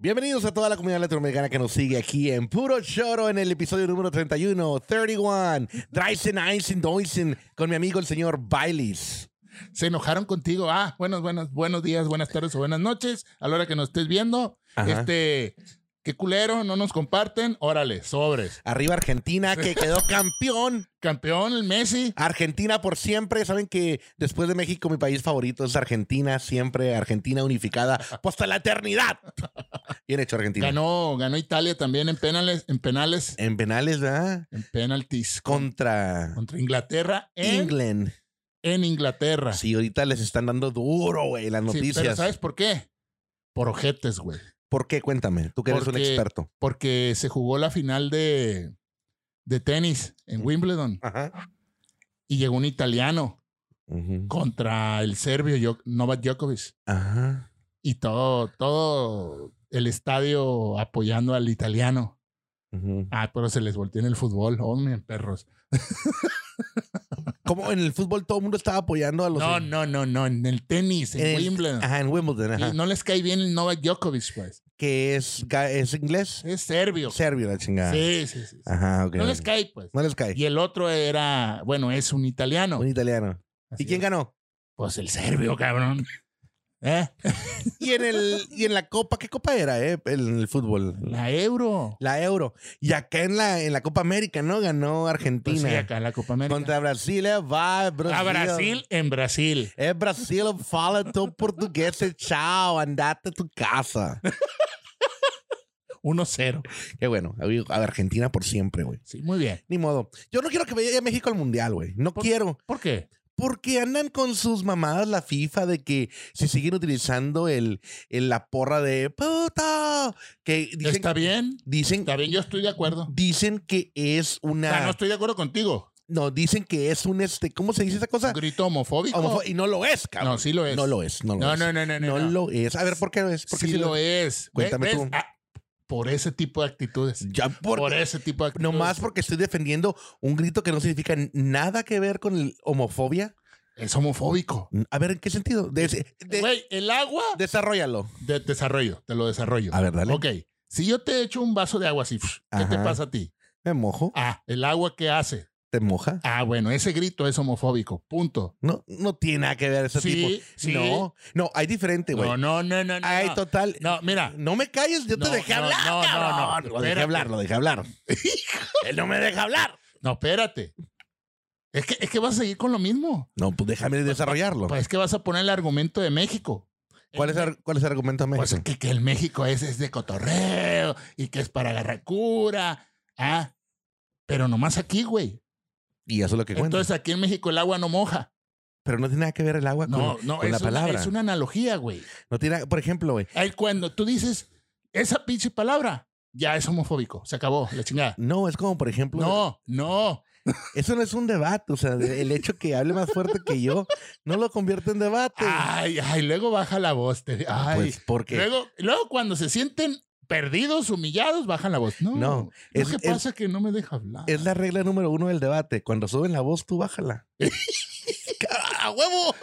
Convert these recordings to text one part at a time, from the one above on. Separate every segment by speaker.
Speaker 1: Bienvenidos a toda la comunidad latinoamericana que nos sigue aquí en Puro Choro en el episodio número 31, 31, Dreisen, Einsen, Doisen, con mi amigo el señor Baileys.
Speaker 2: Se enojaron contigo. Ah, buenos, buenos, buenos días, buenas tardes o buenas noches. A la hora que nos estés viendo,
Speaker 1: Ajá.
Speaker 2: este, qué culero, no nos comparten. Órale, sobres.
Speaker 1: Arriba Argentina, que quedó campeón.
Speaker 2: Campeón el Messi.
Speaker 1: Argentina por siempre. Saben que después de México, mi país favorito es Argentina, siempre Argentina unificada, pues, hasta la eternidad. Bien hecho, Argentina.
Speaker 2: Ganó, ganó Italia también en penales, en penales,
Speaker 1: En penales, ¿verdad?
Speaker 2: en penaltis
Speaker 1: Contra
Speaker 2: contra Inglaterra en,
Speaker 1: England.
Speaker 2: en Inglaterra.
Speaker 1: Sí, ahorita les están dando duro, güey, las
Speaker 2: Sí,
Speaker 1: noticias.
Speaker 2: pero ¿sabes por qué? Por ojetes, güey.
Speaker 1: ¿Por qué? Cuéntame, tú que eres un
Speaker 2: Porque-
Speaker 1: experto.
Speaker 2: Porque se jugó la final de, de tenis en Wimbledon
Speaker 1: Ajá.
Speaker 2: y llegó un italiano contra el serbio Jo- Novak Djokovic.
Speaker 1: Ajá.
Speaker 2: y todo, todo el estadio apoyando al italiano.
Speaker 1: Ujú.
Speaker 2: Ah, pero se les volteó en el fútbol. Oh, miren, perros.
Speaker 1: Como en el fútbol todo el mundo estaba apoyando a los.
Speaker 2: No, no, no, no. En el tenis, en,
Speaker 1: el-
Speaker 2: Wimbledon.
Speaker 1: Ajá, en Wimbledon, ajá.
Speaker 2: Y no les cae bien el Novak Djokovic, pues.
Speaker 1: Que es, ga- es inglés,
Speaker 2: Es serbio.
Speaker 1: serbio la chingada.
Speaker 2: Sí, sí, sí.
Speaker 1: Ajá, ok.
Speaker 2: No
Speaker 1: ok.
Speaker 2: les cae, pues.
Speaker 1: No les cae.
Speaker 2: Y el otro era, bueno, es un italiano.
Speaker 1: Un italiano.
Speaker 2: Así
Speaker 1: ¿Y quién
Speaker 2: es.
Speaker 1: ganó?
Speaker 2: Pues el serbio, cabrón. ¿Eh?
Speaker 1: Y en el y en la copa, ¿qué copa era, eh? El, en el fútbol. La,
Speaker 2: La Euro.
Speaker 1: Euro. Y acá en la en la Copa América, ¿no? Ganó
Speaker 2: Pues sí,
Speaker 1: Argentina.
Speaker 2: acá en la Copa América.
Speaker 1: Contra Brasil, eh, va Brasil.
Speaker 2: A Brasil en Brasil.
Speaker 1: Es Brasil, fala todo portugués, eh. chao, andate a tu casa.
Speaker 2: 1-0.
Speaker 1: Qué bueno, amigo, a Argentina por siempre, güey.
Speaker 2: Sí, muy bien.
Speaker 1: Ni modo. Yo no quiero que vaya México al Mundial, güey. No
Speaker 2: Por-
Speaker 1: quiero.
Speaker 2: ¿Por qué?
Speaker 1: Porque andan con sus mamadas la FIFA de que si siguen utilizando el, el- la porra de puta. Que dicen,
Speaker 2: Está bien.
Speaker 1: dicen,
Speaker 2: Está bien, yo estoy de acuerdo.
Speaker 1: dicen que es
Speaker 2: O sea, no
Speaker 1: una.
Speaker 2: estoy de acuerdo contigo.
Speaker 1: No, dicen que es un este. ¿Cómo se dice esa cosa?
Speaker 2: Grito homofóbico.
Speaker 1: Homofo- Y no lo es, cabrón.
Speaker 2: No, sí lo es.
Speaker 1: No lo es, no lo
Speaker 2: No,
Speaker 1: es.
Speaker 2: no, no, no, no,
Speaker 1: No
Speaker 2: no.
Speaker 1: lo es. A ver, ¿por qué no es? Porque
Speaker 2: sí lo es. Ve-
Speaker 1: Cuéntame
Speaker 2: ves,
Speaker 1: tú.
Speaker 2: ah, por ese tipo de actitudes.
Speaker 1: Ya
Speaker 2: Por,
Speaker 1: por,
Speaker 2: ese tipo de actitudes.
Speaker 1: nomás porque estoy defendiendo un grito que no significa nada que ver con el homofobia.
Speaker 2: Es homofóbico.
Speaker 1: A ver, ¿en qué sentido? De- de-
Speaker 2: Güey, el agua.
Speaker 1: desarrollalo.
Speaker 2: De, desarrollo, te lo desarrollo.
Speaker 1: A ver, dale.
Speaker 2: Ok. Si yo te echo un vaso de agua así, pf, ¿qué te
Speaker 1: Ajá.
Speaker 2: pasa a ti?
Speaker 1: Me mojo,
Speaker 2: Ah, el agua que hace.
Speaker 1: te moja.
Speaker 2: Ah, bueno, ese grito es homofóbico. Punto.
Speaker 1: No, no tiene nada que ver ese
Speaker 2: Sí,
Speaker 1: tipo.
Speaker 2: sí.
Speaker 1: No, no, hay diferente, güey. Ah,
Speaker 2: No, no, no, no, no.
Speaker 1: hay
Speaker 2: no.
Speaker 1: total. No.
Speaker 2: No, mira.
Speaker 1: me calles, yo
Speaker 2: No,
Speaker 1: te dejé
Speaker 2: no,
Speaker 1: hablar.
Speaker 2: no, no,
Speaker 1: cabrón.
Speaker 2: no,
Speaker 1: Lo dejé
Speaker 2: espérate.
Speaker 1: hablar, lo dejé hablar. Él no me deja hablar.
Speaker 2: No, espérate. Es que, es que vas a seguir con lo mismo.
Speaker 1: No, pues déjame desarrollarlo.
Speaker 2: Pues es que vas a poner el argumento de México.
Speaker 1: ¿Cuál es, el- cuál es el argumento de
Speaker 2: Pues
Speaker 1: México?
Speaker 2: que, que el México es, es de cotorreo y que es para agarrar cura. Ah, pero nomás aquí, güey.
Speaker 1: y eso es lo que cuenta.
Speaker 2: Entonces aquí en México el agua no moja.
Speaker 1: Pero no tiene nada que ver el agua
Speaker 2: No,
Speaker 1: con,
Speaker 2: no,
Speaker 1: con
Speaker 2: es,
Speaker 1: la
Speaker 2: una-
Speaker 1: palabra.
Speaker 2: es una analogía, güey.
Speaker 1: No tiene, nada- por ejemplo, güey.
Speaker 2: Ahí cuando tú dices esa pinche palabra, ya es homofóbico. Se acabó, la chingada.
Speaker 1: No, es como, por ejemplo,
Speaker 2: No, no.
Speaker 1: eso no es un debate. O sea, de- el hecho que hable más fuerte que yo no lo convierte en debate.
Speaker 2: Ay, ay, luego baja la voz. Te, ay.
Speaker 1: pues porque
Speaker 2: Luego, luego cuando se sienten perdidos, humillados, bajan la voz. No,
Speaker 1: No,
Speaker 2: no.
Speaker 1: es-
Speaker 2: ¿Qué
Speaker 1: es-
Speaker 2: pasa que no me deja hablar?
Speaker 1: es la regla número uno del debate. Cuando suben la voz, tú bájala. ¡A huevo!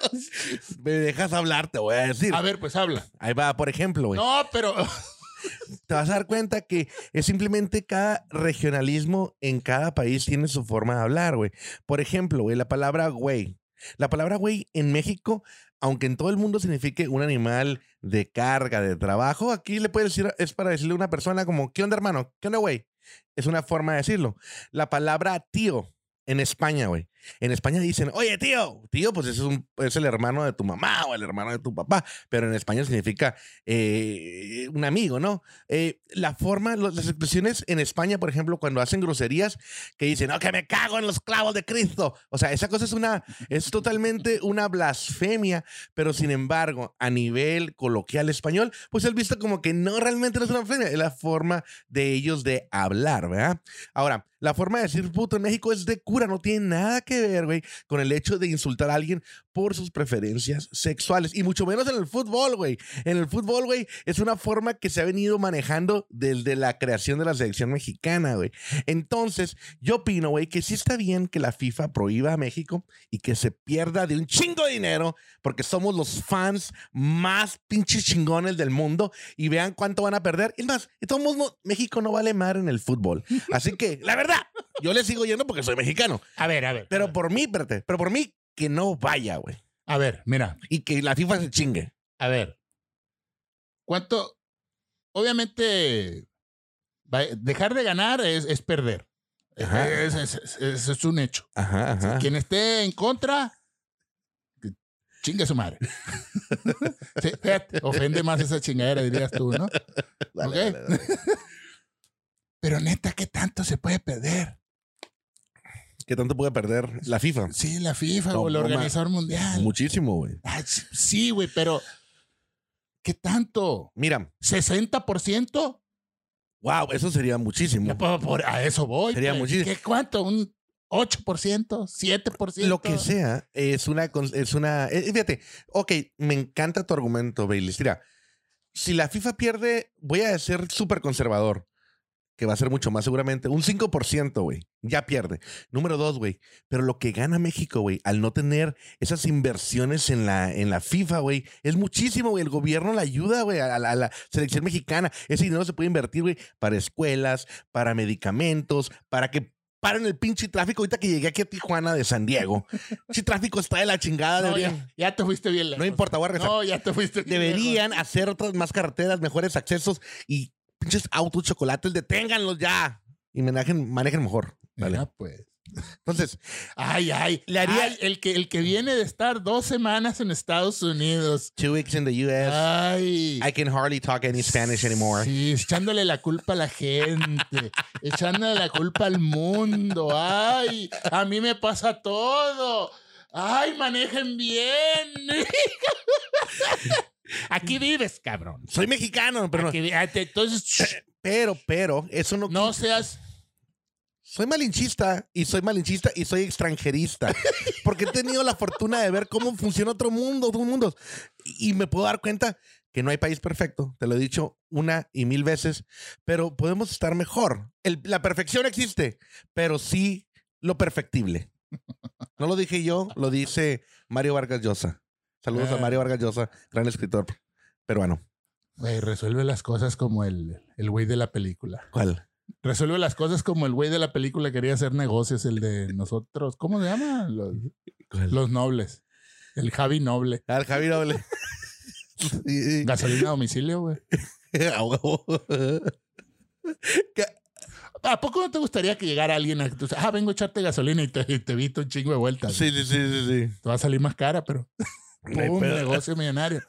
Speaker 1: Me dejas hablar, te voy a decir.
Speaker 2: ¡Ah, A ver, pues habla.
Speaker 1: Ahí va, por ejemplo, güey.
Speaker 2: No, pero
Speaker 1: Te vas a dar cuenta que es simplemente cada regionalismo en cada país tiene su forma de hablar, güey. Por ejemplo, güey, la palabra güey. La palabra güey en México, aunque en todo el mundo signifique un animal de carga, de trabajo, aquí le puedes decir, es para decirle a una persona como, ¿qué onda, hermano? ¿Qué onda, güey? Es una forma de decirlo. La palabra tío en España, güey. En España dicen, oye, tío, tío, pues es, un, es el hermano de tu mamá o el hermano de tu papá, pero en España significa eh, un amigo, ¿no? Eh, la forma, lo- las expresiones en España, por ejemplo, cuando hacen groserías, que dicen, no, que me cago en los clavos de Cristo. O sea, esa cosa es una, es totalmente una blasfemia, pero sin embargo, a nivel coloquial español, pues él visto como que no realmente no es una blasfemia, es la forma de ellos de hablar, ¿verdad? Ahora, la forma de decir puto en México es de cura, no tiene nada que que ver, güey, con el hecho de insultar a alguien por sus preferencias sexuales. Y mucho menos en el fútbol, güey. En el fútbol, güey, es una forma que se ha venido manejando desde la creación de la selección mexicana, güey. Entonces, yo opino, güey, que sí está bien que la FIFA prohíba a México y que se pierda de un chingo de dinero porque somos los fans más pinches chingones del mundo y vean cuánto van a perder. Es más, de todos modos, no- México no vale mar en el fútbol. Así que, la verdad, yo le sigo yendo porque soy mexicano.
Speaker 2: A ver, a ver. a
Speaker 1: Pero
Speaker 2: ver.
Speaker 1: por mí, espérate, pero por mí que no vaya, güey.
Speaker 2: A ver, mira,
Speaker 1: Y que la FIFA se chingue.
Speaker 2: a ver. ¿Cuánto? Obviamente, va- dejar de ganar es, es perder.
Speaker 1: Ajá.
Speaker 2: Es, es- es- es- es un hecho.
Speaker 1: Ajá, ajá.
Speaker 2: Quien esté en contra, que chingue su madre. Sí, fíjate, ofende más esa chingadera, dirías tú, ¿no?
Speaker 1: Dale, dale,
Speaker 2: ok.
Speaker 1: dale.
Speaker 2: Pero neta, ¿qué tanto se puede perder?
Speaker 1: ¿Qué tanto puede perder la FIFA?
Speaker 2: Sí, la FIFA
Speaker 1: No,
Speaker 2: o el
Speaker 1: no, ma-
Speaker 2: organizador mundial.
Speaker 1: Muchísimo, güey.
Speaker 2: Ah, sí, güey, pero ¿qué tanto?
Speaker 1: Mira,
Speaker 2: ¿60%?
Speaker 1: wow, eso sería muchísimo.
Speaker 2: Ya, por- por- a eso voy.
Speaker 1: Sería
Speaker 2: pues.
Speaker 1: muchísimo.
Speaker 2: ¿Qué cuánto? ¿Un 8%? ¿7%?
Speaker 1: Lo que sea, es una. cons- Es una eh, fíjate, ok, me encanta tu argumento, Baileys. Mira, si la FIFA pierde, voy a ser súper conservador, que va a ser mucho más seguramente. Un 5%, güey, ya pierde. Número dos, güey. Pero lo que gana México, güey, al no tener esas inversiones en la, en la FIFA, güey, es muchísimo, güey. El gobierno la ayuda, güey, a, la- a la selección mexicana. Ese dinero se puede invertir, güey, para escuelas, para medicamentos, para que paren el pinche tráfico. Ahorita que llegué aquí a Tijuana de San Diego, si tráfico está de la chingada,
Speaker 2: No,
Speaker 1: deberían-
Speaker 2: ya, ya te fuiste bien lejos.
Speaker 1: No importa, voy a regresar.
Speaker 2: No, ya te fuiste bien lejos.
Speaker 1: Deberían hacer otras más carreteras, mejores accesos y pinches autos chocolates, deténganlos ya. Y manejen, manejen mejor. Vale.
Speaker 2: Mira, pues.
Speaker 1: Entonces,
Speaker 2: Ay, ay.
Speaker 1: Ah, Le haría- Mm.
Speaker 2: Ay, el, que, el que viene de estar dos semanas en Estados Unidos.
Speaker 1: two weeks in the US.
Speaker 2: Ay.
Speaker 1: I can hardly talk any Spanish anymore.
Speaker 2: Sí, echándole la culpa a la gente, echándole la culpa al mundo. Ay, a mí me pasa todo. Ay, manejen bien. Aquí vives, cabrón.
Speaker 1: Soy mexicano, pero no.
Speaker 2: Aquí vi- ah, te- entonces, shh,
Speaker 1: Pero, pero, eso no.
Speaker 2: no seas.
Speaker 1: Soy malinchista y soy malinchista y soy extranjerista. Porque he tenido la fortuna de ver cómo funciona otro mundo, otros mundos. Y y me puedo dar cuenta que no hay país perfecto. Te lo he dicho una y mil veces. Pero podemos estar mejor. El- la perfección existe, pero sí lo perfectible. No lo dije yo, lo dice Mario Vargas Llosa. Saludos a Mario Vargas Llosa, gran escritor peruano.
Speaker 2: Güey, resuelve las cosas como el, el güey de la película.
Speaker 1: ¿Cuál?
Speaker 2: Resuelve las cosas como el güey de la película quería hacer negocios, el de nosotros. ¿Cómo se llama? Los,
Speaker 1: ¿Cuál?
Speaker 2: los nobles. El Javi Noble.
Speaker 1: Al Javi Noble. Sí.
Speaker 2: Gasolina a domicilio, güey.
Speaker 1: A huevo.
Speaker 2: ¿A poco no te gustaría que llegara alguien a que tú, ah, vengo a echarte gasolina y te, y te evito un chingo de vueltas?
Speaker 1: Sí, sí, sí, sí, sí.
Speaker 2: Te va a salir más cara, pero
Speaker 1: No hay
Speaker 2: un
Speaker 1: pedo.
Speaker 2: negocio millonario.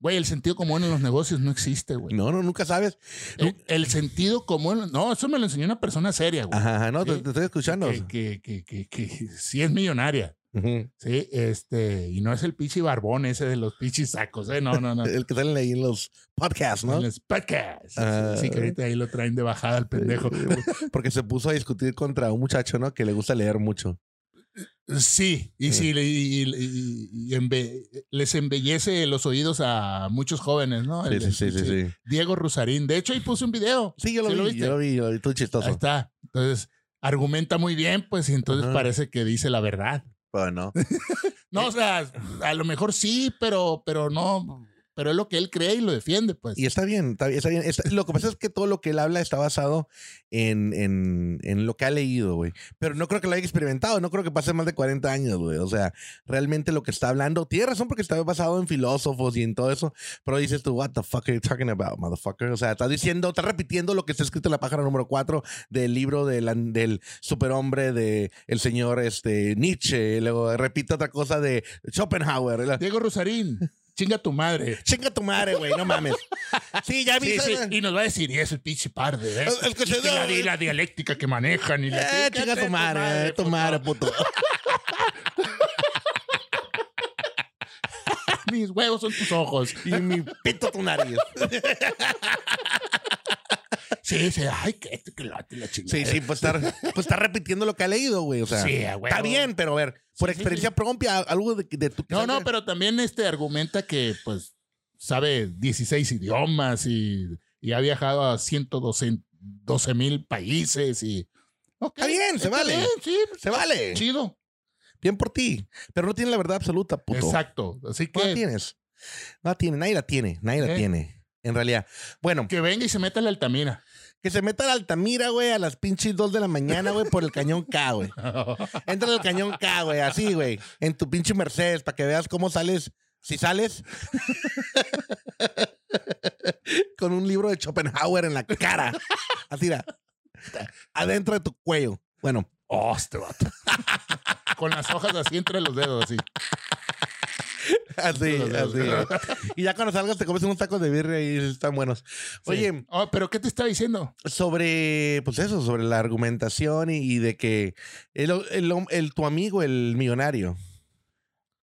Speaker 2: Güey, el sentido común en los negocios no existe, güey.
Speaker 1: No, no, nunca sabes.
Speaker 2: El, el sentido común, no, eso me lo enseñó una persona seria, güey.
Speaker 1: Ajá, ajá, no, te,
Speaker 2: Sí.
Speaker 1: te estoy escuchando.
Speaker 2: que, que, que, que, que sí es millonaria.
Speaker 1: Ujú.
Speaker 2: Sí, este, y no es el pichi barbón ese de los pichis sacos, ¿eh? No, no, no.
Speaker 1: El que salen ahí en los podcasts, ¿no?
Speaker 2: En los podcasts.
Speaker 1: Ah.
Speaker 2: Sí, que ahorita ahí lo traen de bajada al pendejo.
Speaker 1: Porque se puso a discutir contra un muchacho, ¿no? Que le gusta leer mucho.
Speaker 2: Sí, y sí, le- y, y- y- y embe- les embellece los oídos a muchos jóvenes, ¿no?
Speaker 1: Sí,
Speaker 2: El-
Speaker 1: sí, sí,
Speaker 2: el
Speaker 1: sí.
Speaker 2: pinche
Speaker 1: Sí,
Speaker 2: Diego Rusarín. De hecho, ahí puse un video.
Speaker 1: Sí, yo lo
Speaker 2: ¿Sí lo
Speaker 1: vi,
Speaker 2: viste?
Speaker 1: yo lo vi, yo lo vi, tú
Speaker 2: Ahí
Speaker 1: chistoso.
Speaker 2: está. Entonces, argumenta muy bien, pues, y entonces
Speaker 1: Ajá. Eh.
Speaker 2: parece que dice la verdad.
Speaker 1: Bueno,
Speaker 2: No, o sea, a lo mejor sí, pero, pero no, pero es lo que él cree y lo defiende, pues.
Speaker 1: y está bien, está bien. está bien. Está- lo que pasa es que todo lo que él habla está basado en, en, en lo que ha leído, güey. Pero no creo que lo haya experimentado, no creo que pase más de 40 años, güey. O sea, realmente lo que está hablando, tiene razón porque está basado en filósofos y en todo eso, pero dices tú, what the fuck are you talking about, motherfucker? O sea, estás diciendo, estás repitiendo lo que está escrito en la pájara número 4 del libro del, an- del superhombre de el señor este, Nietzsche, y luego repite otra cosa de Schopenhauer. La-
Speaker 2: Diego Rusarín, chinga tu madre.
Speaker 1: Chinga tu madre, güey, no mames. Sí, ya vi.
Speaker 2: Sí, sí, y nos va a decir, y es el pinche par de
Speaker 1: Es- es que se
Speaker 2: la,
Speaker 1: da-
Speaker 2: y la dialéctica que manejan y la
Speaker 1: Eh, chinga tu madre, eh, tu
Speaker 2: puto.
Speaker 1: madre, puto.
Speaker 2: Mis huevos son tus ojos.
Speaker 1: Y mi pito tu nariz.
Speaker 2: Sí, sí, ay, que esto, que lo otro, la chingada.
Speaker 1: Sí, sí, pues estar, pues estar repitiendo lo que ha leído, güey. O sea,
Speaker 2: Sí, a huevo.
Speaker 1: está bien, pero a ver, por
Speaker 2: Sí, sí,
Speaker 1: experiencia
Speaker 2: sí.
Speaker 1: propia, algo de, de tu.
Speaker 2: No, no, pero también este argumenta que pues sabe 16 idiomas y, y ha viajado a 112 mil países y... Ok,
Speaker 1: Está bien, se vale.
Speaker 2: sí, pues,
Speaker 1: Se vale.
Speaker 2: Chido.
Speaker 1: Bien por ti. Pero no tiene la verdad absoluta, puto.
Speaker 2: Exacto. Así
Speaker 1: No la
Speaker 2: que
Speaker 1: tienes. No la tiene. Nadie la tiene. Nadie la
Speaker 2: ¿Eh?
Speaker 1: tiene. En realidad. Bueno,
Speaker 2: que venga y se meta en la Altamira.
Speaker 1: que se meta a la Altamira, güey, a las pinches 2 de la mañana, güey, por el cañón K, güey. Entra al cañón K, güey, así, güey. En tu pinche Mercedes, para que veas cómo sales. Si sales. Con un libro de Schopenhauer en la cara. Así, mira. Adentro de tu cuello. Bueno,
Speaker 2: Oh, este vato. Con las hojas así entre los dedos, así.
Speaker 1: así, así. güey. Y ya cuando salgas te comes unos tacos de birria y están buenos. Oye,
Speaker 2: Sí. Oh, pero ¿qué te está diciendo?
Speaker 1: sobre, pues eso, sobre la argumentación y, y de que el, el hom- el- tu amigo, el millonario,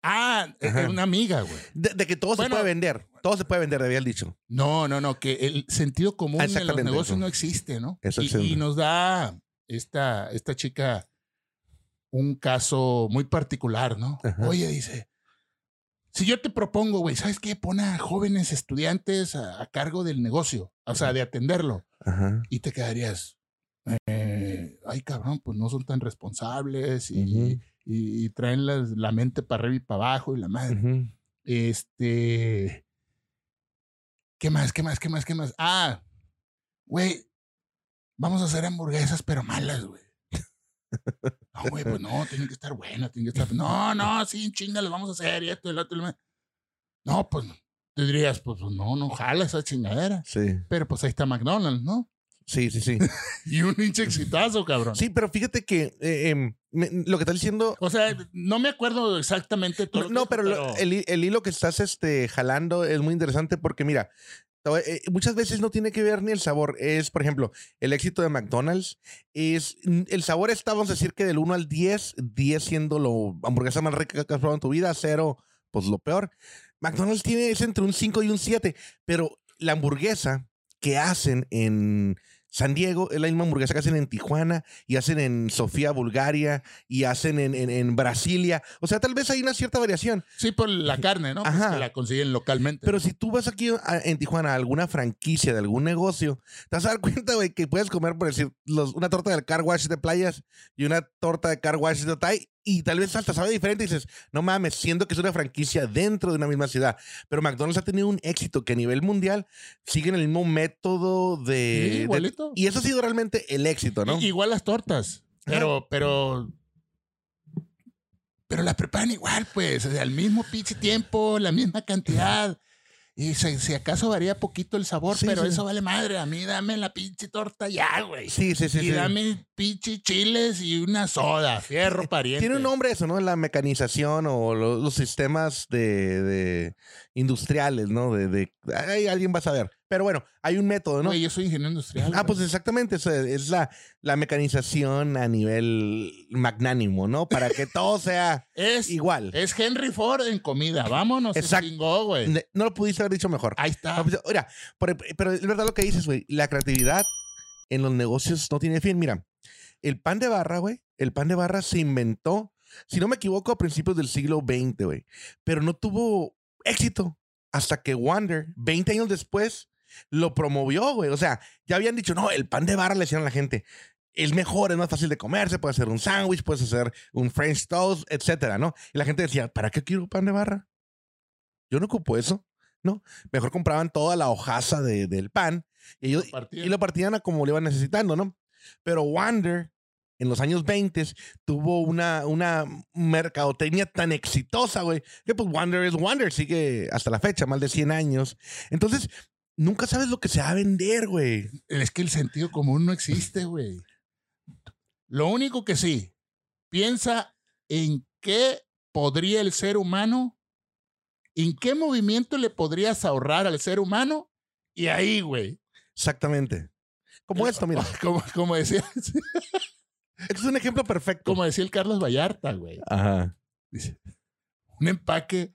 Speaker 2: Ah, es
Speaker 1: Ajá.
Speaker 2: una amiga, güey.
Speaker 1: de, de que todo se
Speaker 2: Bueno.
Speaker 1: puede vender, todo se puede vender, había dicho.
Speaker 2: No, no, no, que el sentido común
Speaker 1: Ah,
Speaker 2: en los
Speaker 1: exactamente,
Speaker 2: negocios
Speaker 1: eso.
Speaker 2: no existe, ¿no?
Speaker 1: Eso
Speaker 2: Y,
Speaker 1: existe.
Speaker 2: y nos da esta, esta chica un caso muy particular, ¿no?
Speaker 1: Ajá.
Speaker 2: Oye, dice, si yo te propongo, güey, ¿sabes qué? Pon a jóvenes estudiantes a, a cargo del negocio, o sea, de atenderlo,
Speaker 1: Ajá.
Speaker 2: y te quedarías, eh, ay, cabrón, pues no son tan responsables y,
Speaker 1: Ujú.
Speaker 2: y- y traen las- la mente para arriba y para abajo y la madre.
Speaker 1: Ujú.
Speaker 2: Este. ¿Qué más? ¿Qué más? ¿Qué más? ¿Qué más? Ah, güey, vamos a hacer hamburguesas, pero malas, güey. No, güey, pues no, tienen que estar buenas, tienen que estar. No, no, sí, chinga, las vamos a hacer, y esto, y lo otro. y lo más. No, pues te dirías, pues no, no jala esa chingadera.
Speaker 1: Sí,
Speaker 2: Pero pues ahí está McDonald's, ¿no?
Speaker 1: sí, sí, sí.
Speaker 2: Y un hinche exitazo, cabrón.
Speaker 1: Sí, pero fíjate que eh, em, me- lo que estás diciendo...
Speaker 2: O sea, no me acuerdo exactamente todo. lo que
Speaker 1: No,
Speaker 2: dijo,
Speaker 1: pero, lo- El, hi- el hilo que estás este, jalando es muy interesante porque mira, te voy- eh, muchas veces no tiene que ver ni el sabor. Es, por ejemplo, el éxito de McDonald's. Es, mm, el sabor está, vamos a decir que del 1 al 10, 10 siendo lo hamburguesa más rica que has probado en tu vida, 0, pues lo peor. McDonald's tiene es entre un 5 y un 7, pero la hamburguesa que hacen en San Diego es la misma hamburguesa que hacen en Tijuana y hacen en Sofía, Bulgaria y hacen en, en, en Brasilia. O sea, tal vez hay una cierta variación.
Speaker 2: Sí, por la carne, ¿no? Pues,
Speaker 1: Ajá.
Speaker 2: que la consiguen localmente.
Speaker 1: Pero si tú vas aquí a- en Tijuana a alguna franquicia de algún negocio, te vas a dar cuenta, güey, que puedes comer, por decir, los- una torta del car wash de playas y una torta de car wash de Thai, y tal vez hasta sabe diferente y dices, no mames, siento que es una franquicia dentro de una misma ciudad. Pero McDonald's ha tenido un éxito que a nivel mundial siguen el mismo método de...
Speaker 2: Sí,
Speaker 1: de-
Speaker 2: igualito.
Speaker 1: y eso ha sido realmente el éxito, ¿no? Ah.
Speaker 2: I- Igual las tortas. Pero, pero. Pero las preparan igual, pues. o sea, al mismo pinche tiempo, la misma cantidad. Y se- si, acaso varía poquito el sabor,
Speaker 1: Sí,
Speaker 2: pero
Speaker 1: sí.
Speaker 2: eso vale madre. A mí dame la pinche torta ya, güey.
Speaker 1: sí, sí, sí.
Speaker 2: y
Speaker 1: sí.
Speaker 2: dame pinche chiles y una soda. Fierro pariente.
Speaker 1: Tiene un nombre eso, ¿no? La mecanización o lo- los sistemas de, de industriales, ¿no? De, de- ay, alguien va a saber. Pero bueno, hay un método, ¿no?
Speaker 2: Güey, yo soy ingeniero industrial.
Speaker 1: Ah,
Speaker 2: güey.
Speaker 1: pues exactamente, eso es, es la, la mecanización a nivel magnánimo, ¿no? Para que todo sea
Speaker 2: es,
Speaker 1: igual.
Speaker 2: es Henry Ford en comida. Vámonos. se
Speaker 1: Exacto.
Speaker 2: chingó, güey.
Speaker 1: Ne- No lo pudiste haber dicho mejor.
Speaker 2: Ahí está.
Speaker 1: Ah, pues, Mira, por- pero es verdad lo que dices, güey. La creatividad en los negocios no tiene fin. Mira, el pan de barra, güey, el pan de barra se inventó, si no me equivoco, a principios del siglo XX, güey. Pero no tuvo éxito hasta que Wander, 20 años después, lo promovió, güey. O sea, ya habían dicho, no, el pan de barra le decían a la gente. Es mejor, es más fácil de comerse, puedes hacer un sándwich, puedes hacer un French toast, etcétera, ¿no? Y la gente decía, ¿para qué quiero pan de barra? Yo no ocupo eso, ¿no? Mejor compraban toda la hojaza de- del pan y, ellos,
Speaker 2: Partido.
Speaker 1: y lo partían a como lo iban necesitando, ¿no? Pero Wander, en los años 20, tuvo una, una mercadotecnia tan exitosa, güey, que pues Wander es Wander, sigue hasta la fecha, más de 100 años. Entonces, nunca sabes lo que se va a vender, güey.
Speaker 2: Es que el sentido común no existe, güey. Lo único que sí, piensa en qué podría el ser humano, en qué movimiento le podrías ahorrar al ser humano, y ahí, güey.
Speaker 1: Exactamente. Como esto, mira.
Speaker 2: Como, como decía,
Speaker 1: Este es un ejemplo perfecto.
Speaker 2: como decía el Carlos Vallarta, güey.
Speaker 1: Ajá.
Speaker 2: Dice, un empaque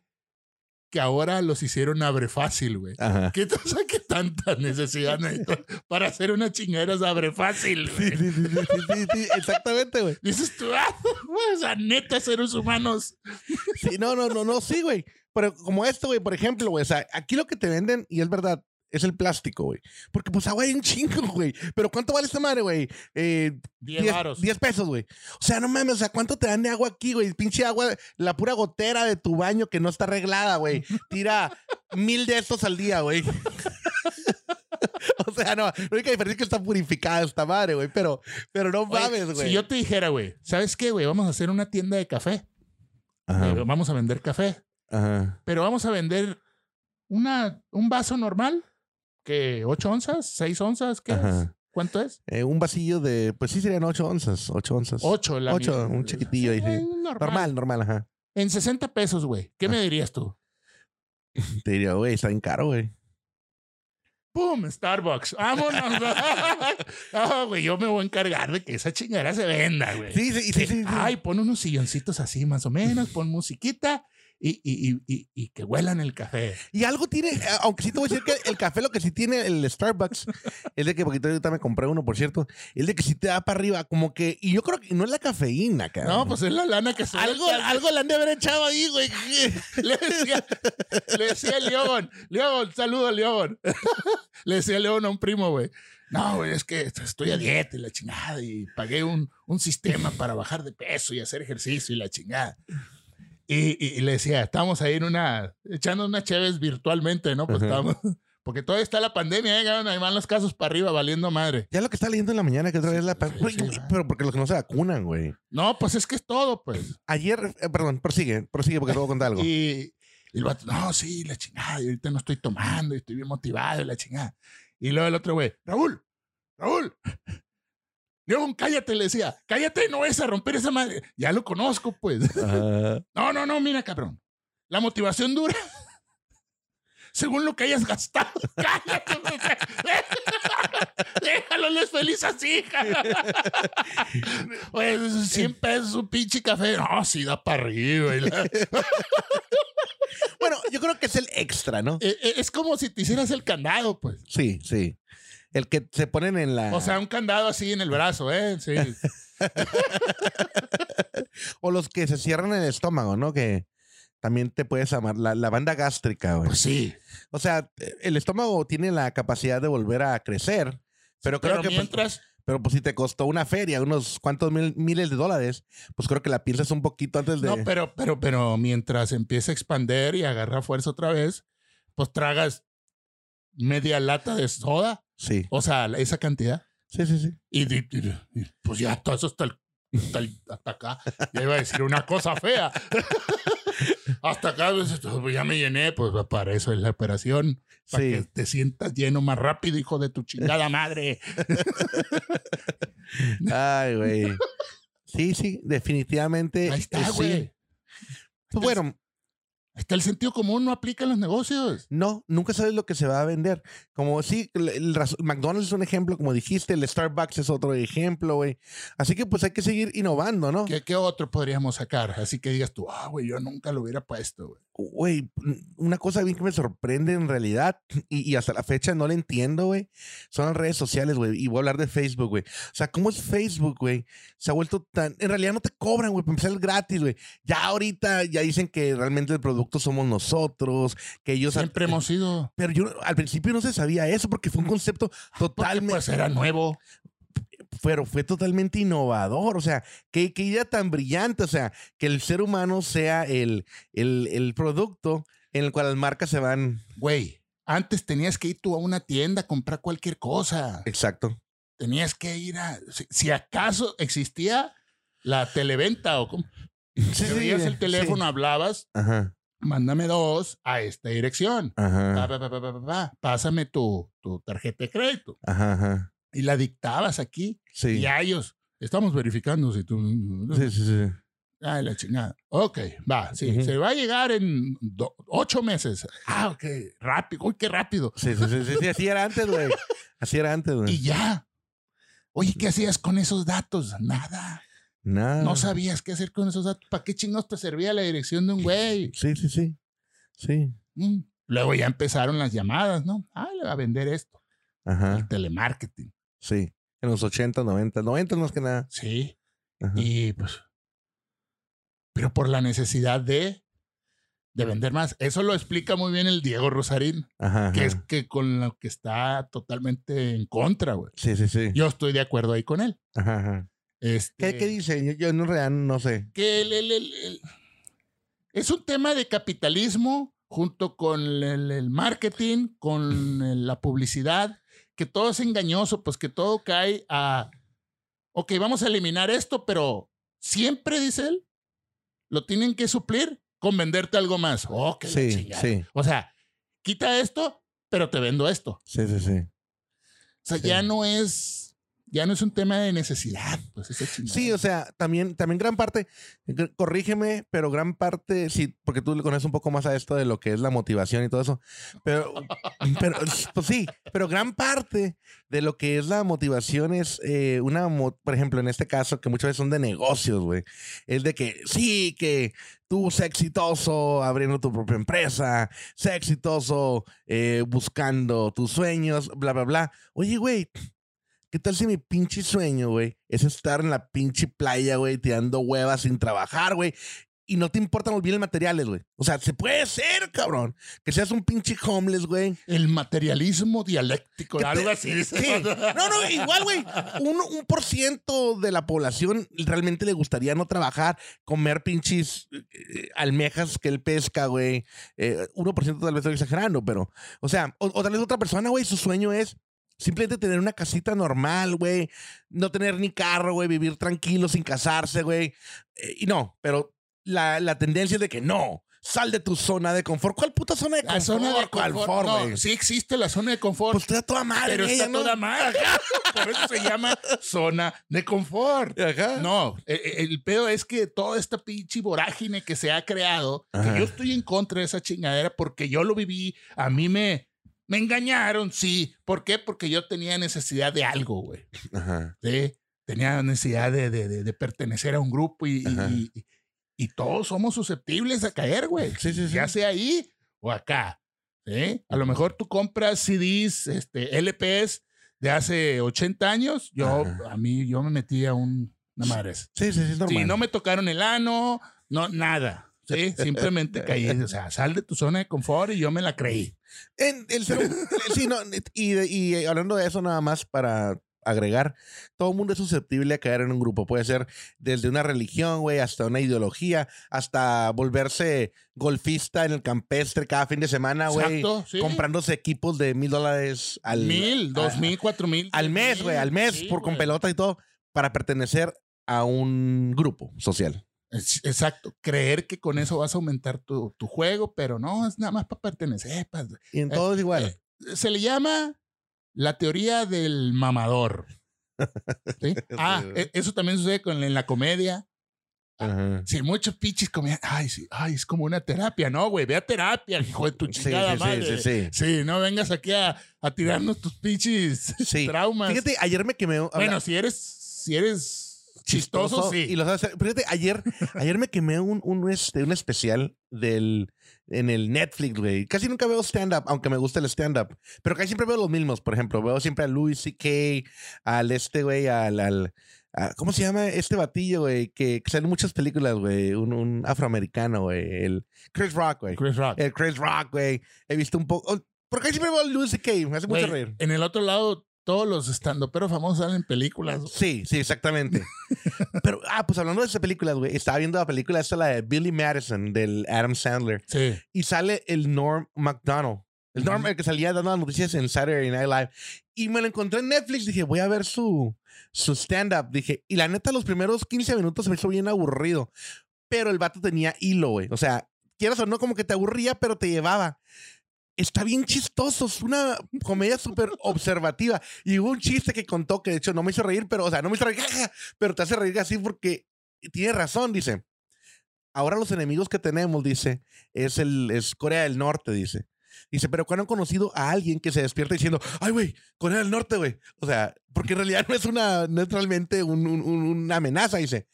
Speaker 2: que ahora los hicieron abre fácil, güey.
Speaker 1: Ajá.
Speaker 2: ¿Qué cosa que tanta necesidad necesitas para hacer una chingadera de abre fácil,
Speaker 1: Sí,
Speaker 2: güey?
Speaker 1: sí, sí, sí, sí, sí, exactamente, güey.
Speaker 2: Dices tú, ah, güey, o sea, neta, seres humanos.
Speaker 1: Sí, no, no, no, no, sí, güey. Pero como esto, güey, por ejemplo, güey, o sea, aquí lo que te venden, y es verdad, es el plástico, güey. Porque pues agua hay un chingo, güey. Pero ¿cuánto vale esta madre, güey? Eh,
Speaker 2: 10
Speaker 1: 10,
Speaker 2: varos.
Speaker 1: 10 pesos, güey. O sea, no mames, o sea, ¿cuánto te dan de agua aquí, güey? Pinche agua, la pura gotera de tu baño que no está arreglada, güey. Tira mil de estos al día, güey. o sea, no, la única diferencia es que está purificada esta madre, güey. Pero, pero no
Speaker 2: Oye,
Speaker 1: mames, güey.
Speaker 2: Si yo te dijera, güey, ¿sabes qué, güey? Vamos a hacer una tienda de café. Eh,
Speaker 1: Ajá,
Speaker 2: Vamos a vender café.
Speaker 1: ajá.
Speaker 2: Pero vamos a vender una, un vaso normal, que 8 onzas, 6 onzas, ¿qué es?
Speaker 1: Ajá.
Speaker 2: ¿Cuánto es?
Speaker 1: Eh, un vasillo de, pues sí serían 8 onzas, 8 onzas.
Speaker 2: 8, la
Speaker 1: Ocho,
Speaker 2: mitad.
Speaker 1: un chiquitillo ahí, sí.
Speaker 2: Eh, Normal.
Speaker 1: Normal, Ah. normal, ajá.
Speaker 2: En 60 pesos, güey. ¿Qué me dirías tú?
Speaker 1: Te diría, güey, está bien caro, güey.
Speaker 2: ¡Pum! Starbucks. ¡Vámonos! Ah, güey, yo me voy a encargar de que esa chingadera se venda, güey.
Speaker 1: Sí, sí, sí, sí. sí.
Speaker 2: Ay, pon unos silloncitos así, más o menos, pon musiquita y, y, y, y, y que huelan el café.
Speaker 1: Y algo tiene, eh, aunque sí te voy a decir que el café lo que sí tiene el Starbucks, es de que, porque ahorita me compré uno, por cierto, es de que sí te da para arriba, como que, y yo creo que no es la cafeína, cara.
Speaker 2: No, pues es la lana que se
Speaker 1: Algo, algo le han de haber echado ahí, güey.
Speaker 2: Le decía, le decía el León, León, saludo al León. Le decía León a un primo, güey. No, güey, es que estoy a dieta y la chingada y pagué un, un sistema para bajar de peso y hacer ejercicio y la chingada. Y, y- y le decía, estábamos ahí en una, echando unas cheves virtualmente, ¿no? Pues
Speaker 1: Ajá.
Speaker 2: estábamos, porque todavía está la pandemia, ¿eh? cabrón? Ahí van los casos para arriba valiendo madre.
Speaker 1: Ya lo que está leyendo en la mañana, que otra vez la... pa-
Speaker 2: sí,
Speaker 1: Güey,
Speaker 2: sí,
Speaker 1: güey,
Speaker 2: va.
Speaker 1: pero porque los que no se vacunan, güey.
Speaker 2: No, pues es que es todo, pues.
Speaker 1: Ayer, eh, perdón, prosigue, prosigue porque te voy a contar algo.
Speaker 2: Y, y el vato, no, sí, la chingada, y ahorita no estoy tomando y estoy bien motivado y la chingada. Y luego el otro güey, Raúl, Raúl, León, cállate, le decía, cállate, no es a romper esa madre. Ya lo conozco, pues.
Speaker 1: Ajá.
Speaker 2: No, no, no, mira, cabrón. La motivación dura. Según lo que hayas gastado, cállate. pues. Déjalo, él es feliz así, hija. Pues 100 pesos, un pinche café. No, sí, da para arriba. y la-
Speaker 1: Bueno, yo creo que es el extra, ¿no?
Speaker 2: Eh, eh, es como si te hicieras el candado, pues.
Speaker 1: Sí, sí. El que se ponen en la...
Speaker 2: O sea, un candado así en el brazo, ¿eh? Sí.
Speaker 1: O los que se cierran en el estómago, ¿no? Que también te puedes amar. La, la banda gástrica, güey.
Speaker 2: Pues sí.
Speaker 1: O sea, eh, el estómago tiene la capacidad de volver a crecer. Pero creo
Speaker 2: Pero
Speaker 1: que. pues,
Speaker 2: mientras,
Speaker 1: pero pues si te costó una feria, unos cuantos mil- miles de dólares, pues creo que la piensas un poquito antes de.
Speaker 2: no, pero, pero, pero mientras empieza a expander y agarra fuerza otra vez, pues tragas media lata de soda,
Speaker 1: Sí.
Speaker 2: o sea, la- esa cantidad.
Speaker 1: Sí, sí, sí.
Speaker 2: Y, di- di- di- y, pues ya todo eso hasta, el- hasta, el- hasta acá. Ya iba a decir una cosa fea. hasta acá, pues, ya me llené, pues para eso es la operación. Para que
Speaker 1: Sí.
Speaker 2: te sientas lleno más rápido, hijo de tu chingada madre.
Speaker 1: Ay, güey. Sí, sí, definitivamente.
Speaker 2: Ahí
Speaker 1: eh,
Speaker 2: está,
Speaker 1: sí.
Speaker 2: güey.
Speaker 1: Pues bueno,
Speaker 2: Ahí está el sentido común, no aplica en los negocios.
Speaker 1: no, nunca sabes lo que se va a vender. Como sí, el, el raz- McDonald's es un ejemplo, como dijiste, el Starbucks es otro ejemplo, güey. Así que pues hay que seguir innovando, ¿no?
Speaker 2: ¿Qué, qué otro podríamos sacar? Así que digas tú, ah, güey, yo nunca lo hubiera puesto, güey.
Speaker 1: Güey, una cosa bien que me sorprende en realidad y, y hasta la fecha no la entiendo, güey, son las redes sociales, güey. Y voy a hablar de Facebook, güey. O sea, ¿cómo es Facebook, güey? Se ha vuelto tan... En realidad no te cobran, güey, para empezar es gratis, güey. Ya ahorita ya dicen que realmente el producto somos nosotros, que ellos...
Speaker 2: Siempre hemos sido.
Speaker 1: Pero yo al principio no se sabía eso porque fue un concepto
Speaker 2: Porque,
Speaker 1: totalmente...
Speaker 2: pues era nuevo.
Speaker 1: pero fue totalmente innovador. O sea, qué, qué idea tan brillante. O sea, que el ser humano sea el, el, el producto en el cual las marcas se van.
Speaker 2: Güey, antes tenías que ir tú a una tienda a comprar cualquier cosa.
Speaker 1: Exacto.
Speaker 2: Tenías que ir a. Si, si acaso existía la televenta o como.
Speaker 1: Sí,
Speaker 2: Te veías el teléfono, hablabas,
Speaker 1: Ajá,
Speaker 2: mándame dos a esta dirección. Pa,
Speaker 1: ajá,
Speaker 2: pa, pa, pa, pa, pa, pa. Pásame tu, tu tarjeta de crédito.
Speaker 1: ajá, ajá.
Speaker 2: Y la dictabas aquí.
Speaker 1: Sí.
Speaker 2: Y a ellos, estamos verificando si tú...
Speaker 1: Sí, sí, sí.
Speaker 2: Ay, la chingada. Ok, va, sí.
Speaker 1: Ujú.
Speaker 2: Se va a llegar en do- ocho meses. Ah, ok, rápido. Uy, qué rápido.
Speaker 1: Sí, sí, sí, sí, sí, Así era antes, güey. Así era antes,
Speaker 2: Y
Speaker 1: güey.
Speaker 2: ya. Oye, ¿qué hacías con esos datos? Nada.
Speaker 1: Nada.
Speaker 2: No sabías qué hacer con esos datos. ¿Para qué chingados te servía la dirección de un güey?
Speaker 1: Sí, sí, sí. Sí.
Speaker 2: Mm. Luego ya empezaron las llamadas, ¿no? Ah, le va a vender esto. El
Speaker 1: Ajá.
Speaker 2: telemarketing.
Speaker 1: Sí. En los 80, 90, 90 más que nada.
Speaker 2: Sí.
Speaker 1: Ajá.
Speaker 2: Y pues. Pero por la necesidad de. De vender más. Eso lo explica muy bien el Diego Rosarín,
Speaker 1: Ajá,
Speaker 2: que es
Speaker 1: ajá.
Speaker 2: que con lo que está totalmente en contra, güey.
Speaker 1: Sí, sí, sí.
Speaker 2: Yo estoy de acuerdo ahí con él.
Speaker 1: Ajá, ajá.
Speaker 2: Este,
Speaker 1: ¿Qué, qué dice? Yo, yo en realidad no sé.
Speaker 2: que el- el- el- el- es un tema de capitalismo junto con el, el marketing, con el- la publicidad, que todo es engañoso, pues que todo cae a, ok, vamos a eliminar esto, pero siempre, dice él, lo tienen que suplir con venderte algo más. Oh, que la
Speaker 1: Sí,
Speaker 2: chingada.
Speaker 1: sí,
Speaker 2: O sea, quita esto, pero te vendo esto. O
Speaker 1: sí, sí, sí.
Speaker 2: sea,
Speaker 1: Sí.
Speaker 2: ya no es... Ya no es un tema de necesidad, pues esa chingada.
Speaker 1: Sí, o sea, también, también gran parte, gr- corrígeme, pero gran parte, sí, porque tú le conoces un poco más a esto de lo que es la motivación y todo eso, pero, pero pues sí, pero gran parte de lo que es la motivación es eh, una, mo- por ejemplo, en este caso, que muchas veces son de negocios, güey, es de que sí, que tú sé exitoso abriendo tu propia empresa, sé exitoso eh, buscando tus sueños, bla, bla, bla. Oye, güey, ¿Qué tal si mi pinche sueño, güey, es estar en la pinche playa, güey, tirando huevas sin trabajar, güey? Y no te importan los bienes materiales, güey. O sea, se puede ser, cabrón. Que seas un pinche homeless, güey.
Speaker 2: El materialismo dialéctico,
Speaker 1: Que
Speaker 2: algo
Speaker 1: te-
Speaker 2: así. dice.
Speaker 1: Sí. No, no, igual, güey. Un, un por ciento de la población realmente le gustaría no trabajar, comer pinches eh, eh, almejas que él pesca, güey. Eh, 1% tal vez estoy exagerando, pero. O sea, o, o tal vez otra persona, güey, su sueño es simplemente tener una casita normal, güey. No tener ni carro, güey. Vivir tranquilo sin casarse, güey. Eh, y no, pero la, la tendencia es de que no. Sal de tu zona de confort. ¿Cuál puta zona de
Speaker 2: La
Speaker 1: confort?
Speaker 2: zona de
Speaker 1: ¿Cuál
Speaker 2: confort.
Speaker 1: for,
Speaker 2: no,
Speaker 1: güey?
Speaker 2: sí existe la zona de confort,
Speaker 1: Pues está toda madre.
Speaker 2: pero
Speaker 1: en
Speaker 2: está
Speaker 1: ella, ¿no?
Speaker 2: toda mal. Por eso se llama zona de confort.
Speaker 1: Ajá.
Speaker 2: No, e- e- el, pedo es que toda esta pinche vorágine que se ha creado, que
Speaker 1: Ajá.
Speaker 2: yo estoy en contra de esa chingadera porque yo lo viví, a mí me, me engañaron, sí. ¿Por qué? Porque yo tenía necesidad de algo, güey.
Speaker 1: Ajá.
Speaker 2: ¿sí? tenía necesidad de, de- de- de pertenecer a un grupo y, y-
Speaker 1: Ajá.
Speaker 2: y- y todos somos susceptibles a caer, güey.
Speaker 1: Sí, sí, sí.
Speaker 2: Ya sea ahí o acá. ¿sí? A lo mejor tú compras CDs, este, LPs de hace 80 años. Yo,
Speaker 1: Ajá.
Speaker 2: a mí, yo me metí a un, una madre.
Speaker 1: Sí, sí, sí, es normal.
Speaker 2: Sí, no me tocaron el ano, no, nada. ¿sí? Simplemente caí. O sea, sal de tu zona de confort y yo me la creí.
Speaker 1: En el ser hum- sí, no, y, de- y eh, hablando de eso nada más para agregar, todo el mundo es susceptible a caer en un grupo. Puede ser desde una religión, güey, hasta una ideología, hasta volverse golfista en el campestre cada fin de semana, Ah, güey.
Speaker 2: Exacto, sí.
Speaker 1: Comprándose equipos de mil dólares al...
Speaker 2: mil, dos
Speaker 1: a-
Speaker 2: mil, cuatro mil.
Speaker 1: Al
Speaker 2: tres
Speaker 1: mes, güey,
Speaker 2: mil,
Speaker 1: al mes,
Speaker 2: sí,
Speaker 1: por con
Speaker 2: güey.
Speaker 1: pelota y todo, para pertenecer a un grupo social.
Speaker 2: Es- Exacto, creer que con eso vas a aumentar tu, tu juego, pero no, es nada más para pertenecer. pa-
Speaker 1: Y en todo es igual.
Speaker 2: Se le llama la teoría del mamador. ¿sí? Ah, e- eso también sucede con, en la comedia.
Speaker 1: Ajá.
Speaker 2: Si muchos pichis comían, ay, sí, ay, es como una terapia, no, güey, ve a terapia, hijo de tu
Speaker 1: Sí,
Speaker 2: chingada
Speaker 1: sí,
Speaker 2: madre.
Speaker 1: sí, sí, sí.
Speaker 2: Sí, no vengas aquí a, a tirarnos tus pichis
Speaker 1: Sí.
Speaker 2: traumas.
Speaker 1: Fíjate, ayer me quemé.
Speaker 2: bueno, si eres, si eres chistoso, sí.
Speaker 1: Y lo sabes hacer. Fíjate, ayer, ayer me quemé un, un, este, un especial del, en el Netflix, güey. Casi nunca veo stand-up, aunque me gusta el stand-up. Pero casi siempre veo los mismos. Por ejemplo, veo siempre a Louis C.K., al este, güey, al. al a- ¿Cómo se llama este batillo, güey? Que, que sale en muchas películas, güey. Un, un afroamericano, güey. El Chris Rock, güey.
Speaker 2: Chris Rock.
Speaker 1: El Chris Rock, güey. He visto un poco. oh, Porque siempre veo a Louis C.K. Me hace mucho
Speaker 2: Güey,
Speaker 1: reír.
Speaker 2: En el otro lado, todos los estandoperos famosos salen en películas.
Speaker 1: Sí, sí, exactamente. Pero, ah, pues hablando de esas películas, güey, estaba viendo la película esta, la de Billy Madison, del Adam Sandler,
Speaker 2: Sí.
Speaker 1: y sale el Norm MacDonald. El Norm,
Speaker 2: Ujú.
Speaker 1: el que salía dando las noticias en Saturday Night Live. Y me lo encontré en Netflix, dije, voy a ver su, su stand-up, dije. Y la neta, los primeros 15 minutos se me hizo bien aburrido. Pero el vato tenía hilo, güey. O sea, quieras o no, como que te aburría, pero te llevaba. Está bien chistoso, es una comedia súper observativa. Y hubo un chiste que contó que de hecho no me hizo reír, pero, o sea, no me hizo reír, pero te hace reír así porque tiene razón, dice. Ahora los enemigos que tenemos, dice, es, el, es Corea del Norte, dice. Dice, pero cuando han conocido a alguien que se despierta diciendo, ay, güey, Corea del Norte, güey. O sea, porque en realidad no es una, no es realmente un- un- un- una amenaza, dice.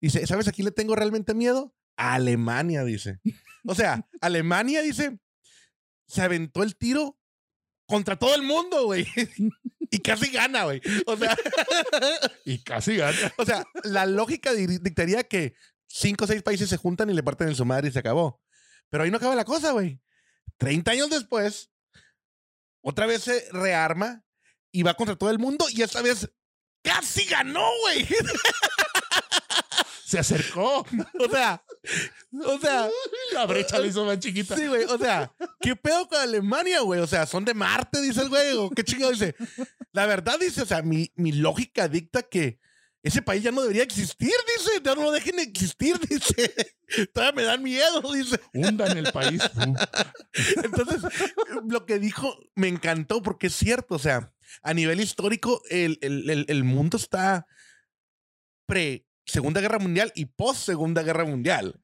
Speaker 1: Dice, ¿sabes a quién le tengo realmente miedo? A Alemania, dice. O sea, Alemania, dice, se aventó el tiro contra todo el mundo, güey. y casi gana, güey. O sea,
Speaker 2: Y casi gana.
Speaker 1: o sea, la lógica di- dictaría que cinco o seis países se juntan y le parten en su madre y se acabó. Pero ahí no acaba la cosa, güey. Treinta años después, otra vez se rearma y va contra todo el mundo y esta vez casi ganó, güey.
Speaker 2: Se acercó.
Speaker 1: O sea, o sea,
Speaker 2: La brecha la hizo más chiquita.
Speaker 1: sí, güey. O sea, ¿qué pedo con Alemania, güey? O sea, son de Marte, dice el güey. o ¿Qué chingado dice? La verdad, dice, o sea, mi, mi lógica dicta que ese país ya no debería existir, dice. Ya no lo dejen existir, dice. Todavía me dan miedo, dice.
Speaker 2: Hundan el país.
Speaker 1: Entonces, lo que dijo me encantó porque es cierto. O sea, a nivel histórico, el, el- el- el mundo está pre Segunda Guerra Mundial y post Segunda Guerra Mundial.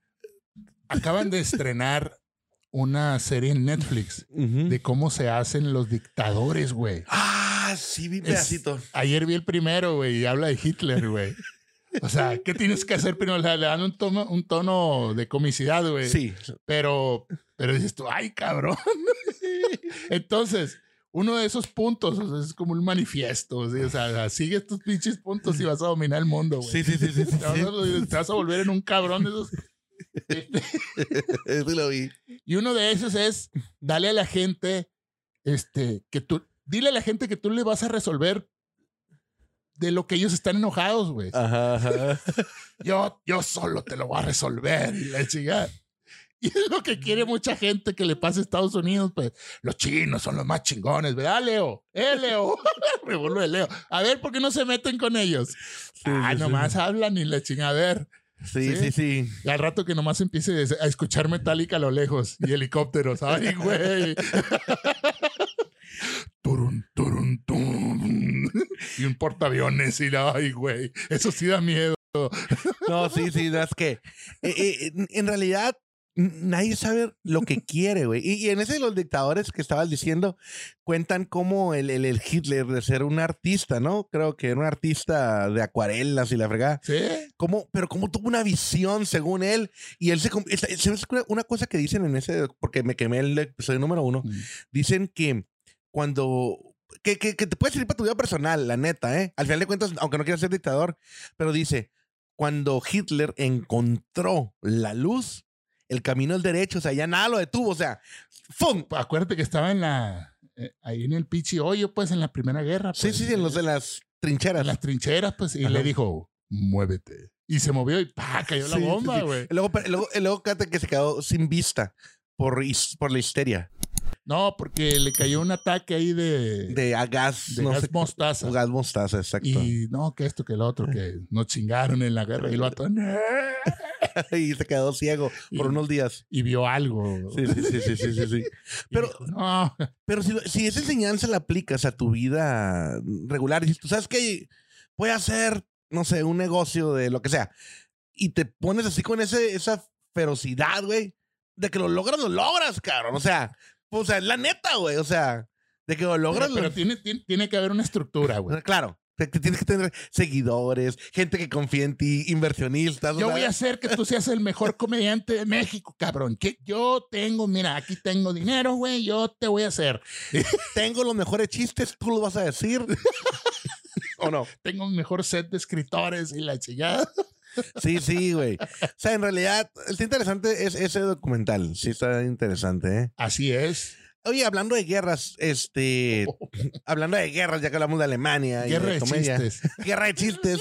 Speaker 2: Acaban de estrenar una serie en Netflix de cómo se hacen los dictadores, güey.
Speaker 1: Ah, sí, vi pedacito.
Speaker 2: Ayer vi el primero, güey, y habla de Hitler, güey. O sea, ¿qué tienes que hacer primero? O sea, le dan un tono, un tono de comicidad, güey.
Speaker 1: Sí.
Speaker 2: Pero, pero dices tú, ay, cabrón. Entonces, uno de esos puntos o sea, es como un manifiesto. ¿sí? O sea, sigue estos pinches puntos y vas a dominar el mundo, güey.
Speaker 1: Sí, sí, sí, sí. sí,
Speaker 2: Te vas, a, te vas a volver en un cabrón de esos.
Speaker 1: sí. Sí lo vi.
Speaker 2: Y uno de esos es, dale a la gente, este, que tú, dile a la gente que tú le vas a resolver de lo que ellos están enojados, güey.
Speaker 1: Ajá, ajá.
Speaker 2: Yo, yo solo te lo voy a resolver y la chingada. Y es lo que quiere mucha gente que le pase a Estados Unidos, pues los chinos son los más chingones, ¿verdad, Leo? ¡Eh, Leo! Me burlo de Leo. A ver, ¿por qué no se meten con ellos? ah,
Speaker 1: sí, sí.
Speaker 2: nomás hablan y la chingada. A ver,
Speaker 1: Sí, sí,
Speaker 2: Sí.
Speaker 1: sí.
Speaker 2: y al rato que nomás empiece a escuchar Metallica a lo lejos y helicópteros. ¡Ay, güey! Turun, turun, turun. Y un portaaviones y la, ay, güey. Eso sí da miedo.
Speaker 1: No, sí, sí, no, es que eh, eh, en- en realidad n- nadie sabe lo que quiere, güey. Y, y en ese de los dictadores que estabas diciendo, cuentan como el, el, el Hitler de ser un artista, ¿no? Creo que era un artista de acuarelas y la fregada.
Speaker 2: ¿Sí?
Speaker 1: Cómo- pero cómo tuvo una visión según él y él se... com- esta- se me hace cura- Una cosa que dicen en ese, porque me quemé el episodio número uno,
Speaker 2: Mm.
Speaker 1: dicen que cuando. Que, que, que te puede servir para tu vida personal, la neta, ¿eh? Al final de cuentas, aunque no quieras ser dictador, pero dice: cuando Hitler encontró la luz, el camino es derecho, o sea, ya nada lo detuvo, o sea, ¡fum!
Speaker 2: acuérdate que estaba en la eh, ahí en el pichi hoyo, pues en la primera guerra.
Speaker 1: Sí,
Speaker 2: pues,
Speaker 1: sí, sí, en, los, en las trincheras.
Speaker 2: en las trincheras, pues, y
Speaker 1: Ajá.
Speaker 2: le dijo, muévete. Y se movió y pa, cayó
Speaker 1: Sí, sí,
Speaker 2: la bomba,
Speaker 1: sí.
Speaker 2: güey.
Speaker 1: Y Luego, pero- luego, y luego, cállate que se quedó sin vista por, his- por la histeria
Speaker 2: No, porque le cayó un ataque ahí de, de,
Speaker 1: de a gas, no
Speaker 2: gas
Speaker 1: sé,
Speaker 2: mostaza.
Speaker 1: gas mostaza, exacto. Y,
Speaker 2: Y no, que esto, que lo otro, que nos chingaron en la guerra. Y lo ató.
Speaker 1: se quedó ciego por
Speaker 2: Y-
Speaker 1: unos días.
Speaker 2: Y vio algo.
Speaker 1: Sí, sí, sí, sí, sí, sí. sí.
Speaker 2: Y
Speaker 1: Pero
Speaker 2: dijo, no,
Speaker 1: Pero si, lo- si esa enseñanza la aplicas a tu vida regular, y dices, tú sabes que voy a hacer, no sé, un negocio de lo que sea, y te pones así con ese, esa ferocidad, güey, de que lo logras, lo logras, cabrón. O sea, pues, o sea, es la neta, güey. O sea, de que lo logras,
Speaker 2: pero, pero
Speaker 1: lo-
Speaker 2: tiene, tiene, tiene que haber una estructura, güey.
Speaker 1: Claro, te- te tienes que tener seguidores, gente que confía en ti, inversionistas. o
Speaker 2: Yo
Speaker 1: sea,
Speaker 2: voy a hacer que tú seas el mejor comediante de México, cabrón. Que yo tengo, mira, aquí tengo dinero, güey. Yo te voy a hacer.
Speaker 1: Tengo los mejores chistes, tú los vas a decir. ¿O no?
Speaker 2: Tengo un mejor set de escritores y la chingada.
Speaker 1: Sí, sí, güey. O sea, en realidad, está interesante es, ese documental. Sí, está interesante, ¿eh?
Speaker 2: Así es.
Speaker 1: Oye, hablando de guerras, este. Hablando de guerras, ya que hablamos de Alemania. y
Speaker 2: Guerra de
Speaker 1: comedia.
Speaker 2: chistes.
Speaker 1: Guerra de chistes.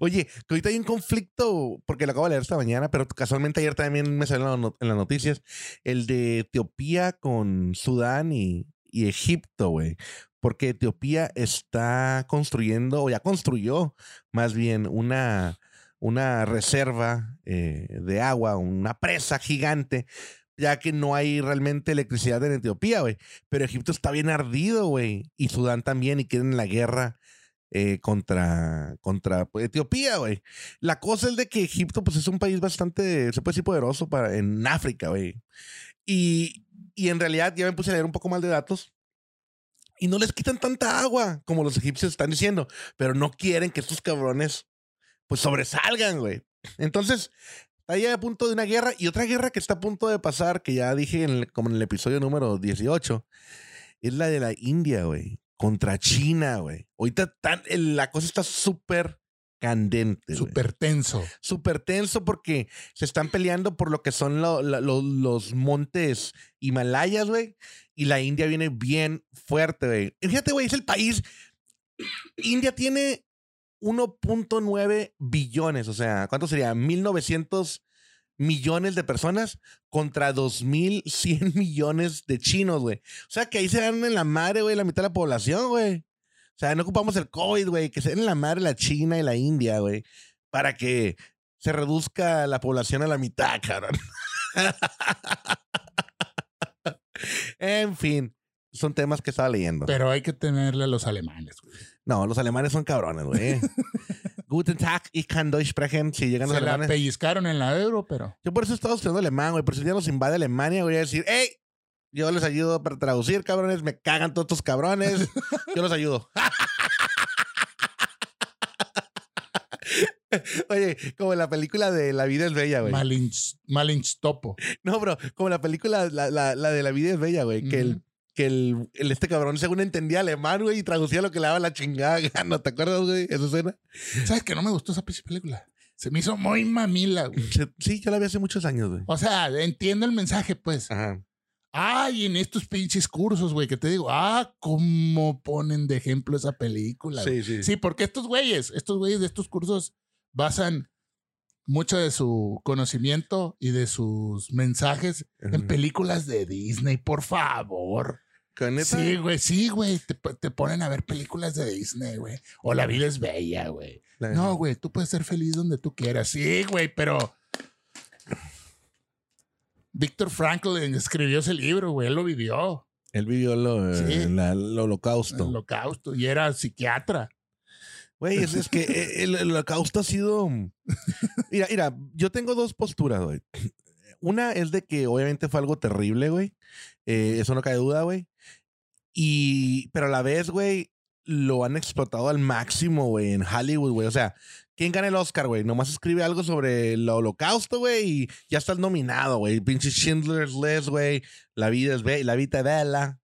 Speaker 1: Oye, que ahorita hay un conflicto, porque lo acabo de leer esta mañana, pero casualmente ayer también me salió en, la no- en las noticias, el de Etiopía con Sudán y, y Egipto, güey. Porque Etiopía está construyendo, o ya construyó más bien, una, una reserva eh, de agua, una presa gigante, ya que no hay realmente electricidad en Etiopía, güey. Pero Egipto está bien ardido, güey. Y Sudán también, y quieren la guerra eh, contra, contra pues, Etiopía, güey. La cosa es de que Egipto, pues es un país bastante, se puede decir, poderoso para, en África, güey. Y, y en realidad ya me puse a leer un poco más de datos. Y no les quitan tanta agua como los egipcios están diciendo, pero no quieren que estos cabrones pues sobresalgan, güey. Entonces, Está ya a punto de una guerra y otra guerra que está a punto de pasar, que ya dije en el- como en el episodio número 18, es la de la India, güey, contra China, güey. Ahorita tan- el- la cosa está súper candente. güey.
Speaker 2: Súper tenso.
Speaker 1: súper tenso porque se están peleando por lo que son lo- la- lo- los montes Himalayas, güey. Y la India viene bien fuerte, güey. Y Fíjate, güey, es el país. India tiene 1.9 billones, o sea, ¿cuánto sería? 1.900 millones de personas contra 2.100 millones de chinos, güey. O sea, que ahí se dan en la madre, güey, la mitad de la población, güey. O sea, no ocupamos el COVID, güey, que se den en la madre la China y la India, güey, para que se reduzca la población a la mitad, cabrón. en fin, son temas que estaba leyendo.
Speaker 2: Pero hay que tenerle a los alemanes, güey.
Speaker 1: No, los alemanes son cabrones, güey. Guten Tag, ich kann Deutsch sprechen. Si llegan los
Speaker 2: Se la
Speaker 1: alemanes.
Speaker 2: pellizcaron en la euro, pero.
Speaker 1: Yo por eso he estado estudiando alemán, güey. Por si ya nos invade Alemania, voy a decir, hey, yo les ayudo para traducir, cabrones. Me cagan todos estos cabrones. Yo los ayudo. Oye, como la película de La vida es bella, Ah, güey.
Speaker 2: Malinch, Malinchtopo.
Speaker 1: No, bro, como la película, la, la- la de La vida es bella, güey. Que el
Speaker 2: Ujú.
Speaker 1: que el, el- este cabrón según entendía alemán, güey, y traducía lo que le daba la chingada gana. ¿Te acuerdas, güey? Esa escena.
Speaker 2: ¿Sabes que no me gustó esa pinche película? Se me hizo muy mamila, güey.
Speaker 1: Sí, yo la vi hace muchos años, güey.
Speaker 2: O sea, entiendo el mensaje, pues.
Speaker 1: Ajá.
Speaker 2: Ay, en estos pinches cursos, güey, que te digo, ah, cómo ponen de ejemplo esa película. güey.
Speaker 1: Sí, sí.
Speaker 2: Sí, porque estos güeyes, estos güeyes de estos cursos basan mucho de su conocimiento y de sus mensajes en películas de Disney, por favor.
Speaker 1: ¿Con neta?
Speaker 2: Sí, güey, sí, güey. Te, po- te ponen a ver películas de Disney, güey. O La vida es bella, güey.
Speaker 1: La-
Speaker 2: No, güey, tú puedes ser feliz donde tú quieras. Sí, güey, pero. Víctor Frankl escribió ese libro, güey. Él lo vivió.
Speaker 1: Él vivió lo,
Speaker 2: Sí.
Speaker 1: eh, la- el
Speaker 2: El
Speaker 1: holocausto.
Speaker 2: holocausto. Y era psiquiatra.
Speaker 1: Güey, es, es que eh, el, el holocausto ha sido... mm, Mira, mira, yo tengo dos posturas, güey. Una es de que obviamente fue algo terrible, güey. Eh, eso no cae duda, güey. Y, pero a la vez, güey, lo han explotado al máximo, güey, en Hollywood, güey. O sea, ¿quién gana el Oscar, güey? Nomás escribe algo sobre el holocausto, güey, y ya estás nominado, güey. Pinche Schindler's List, güey. La vida es bella, la vida es bella.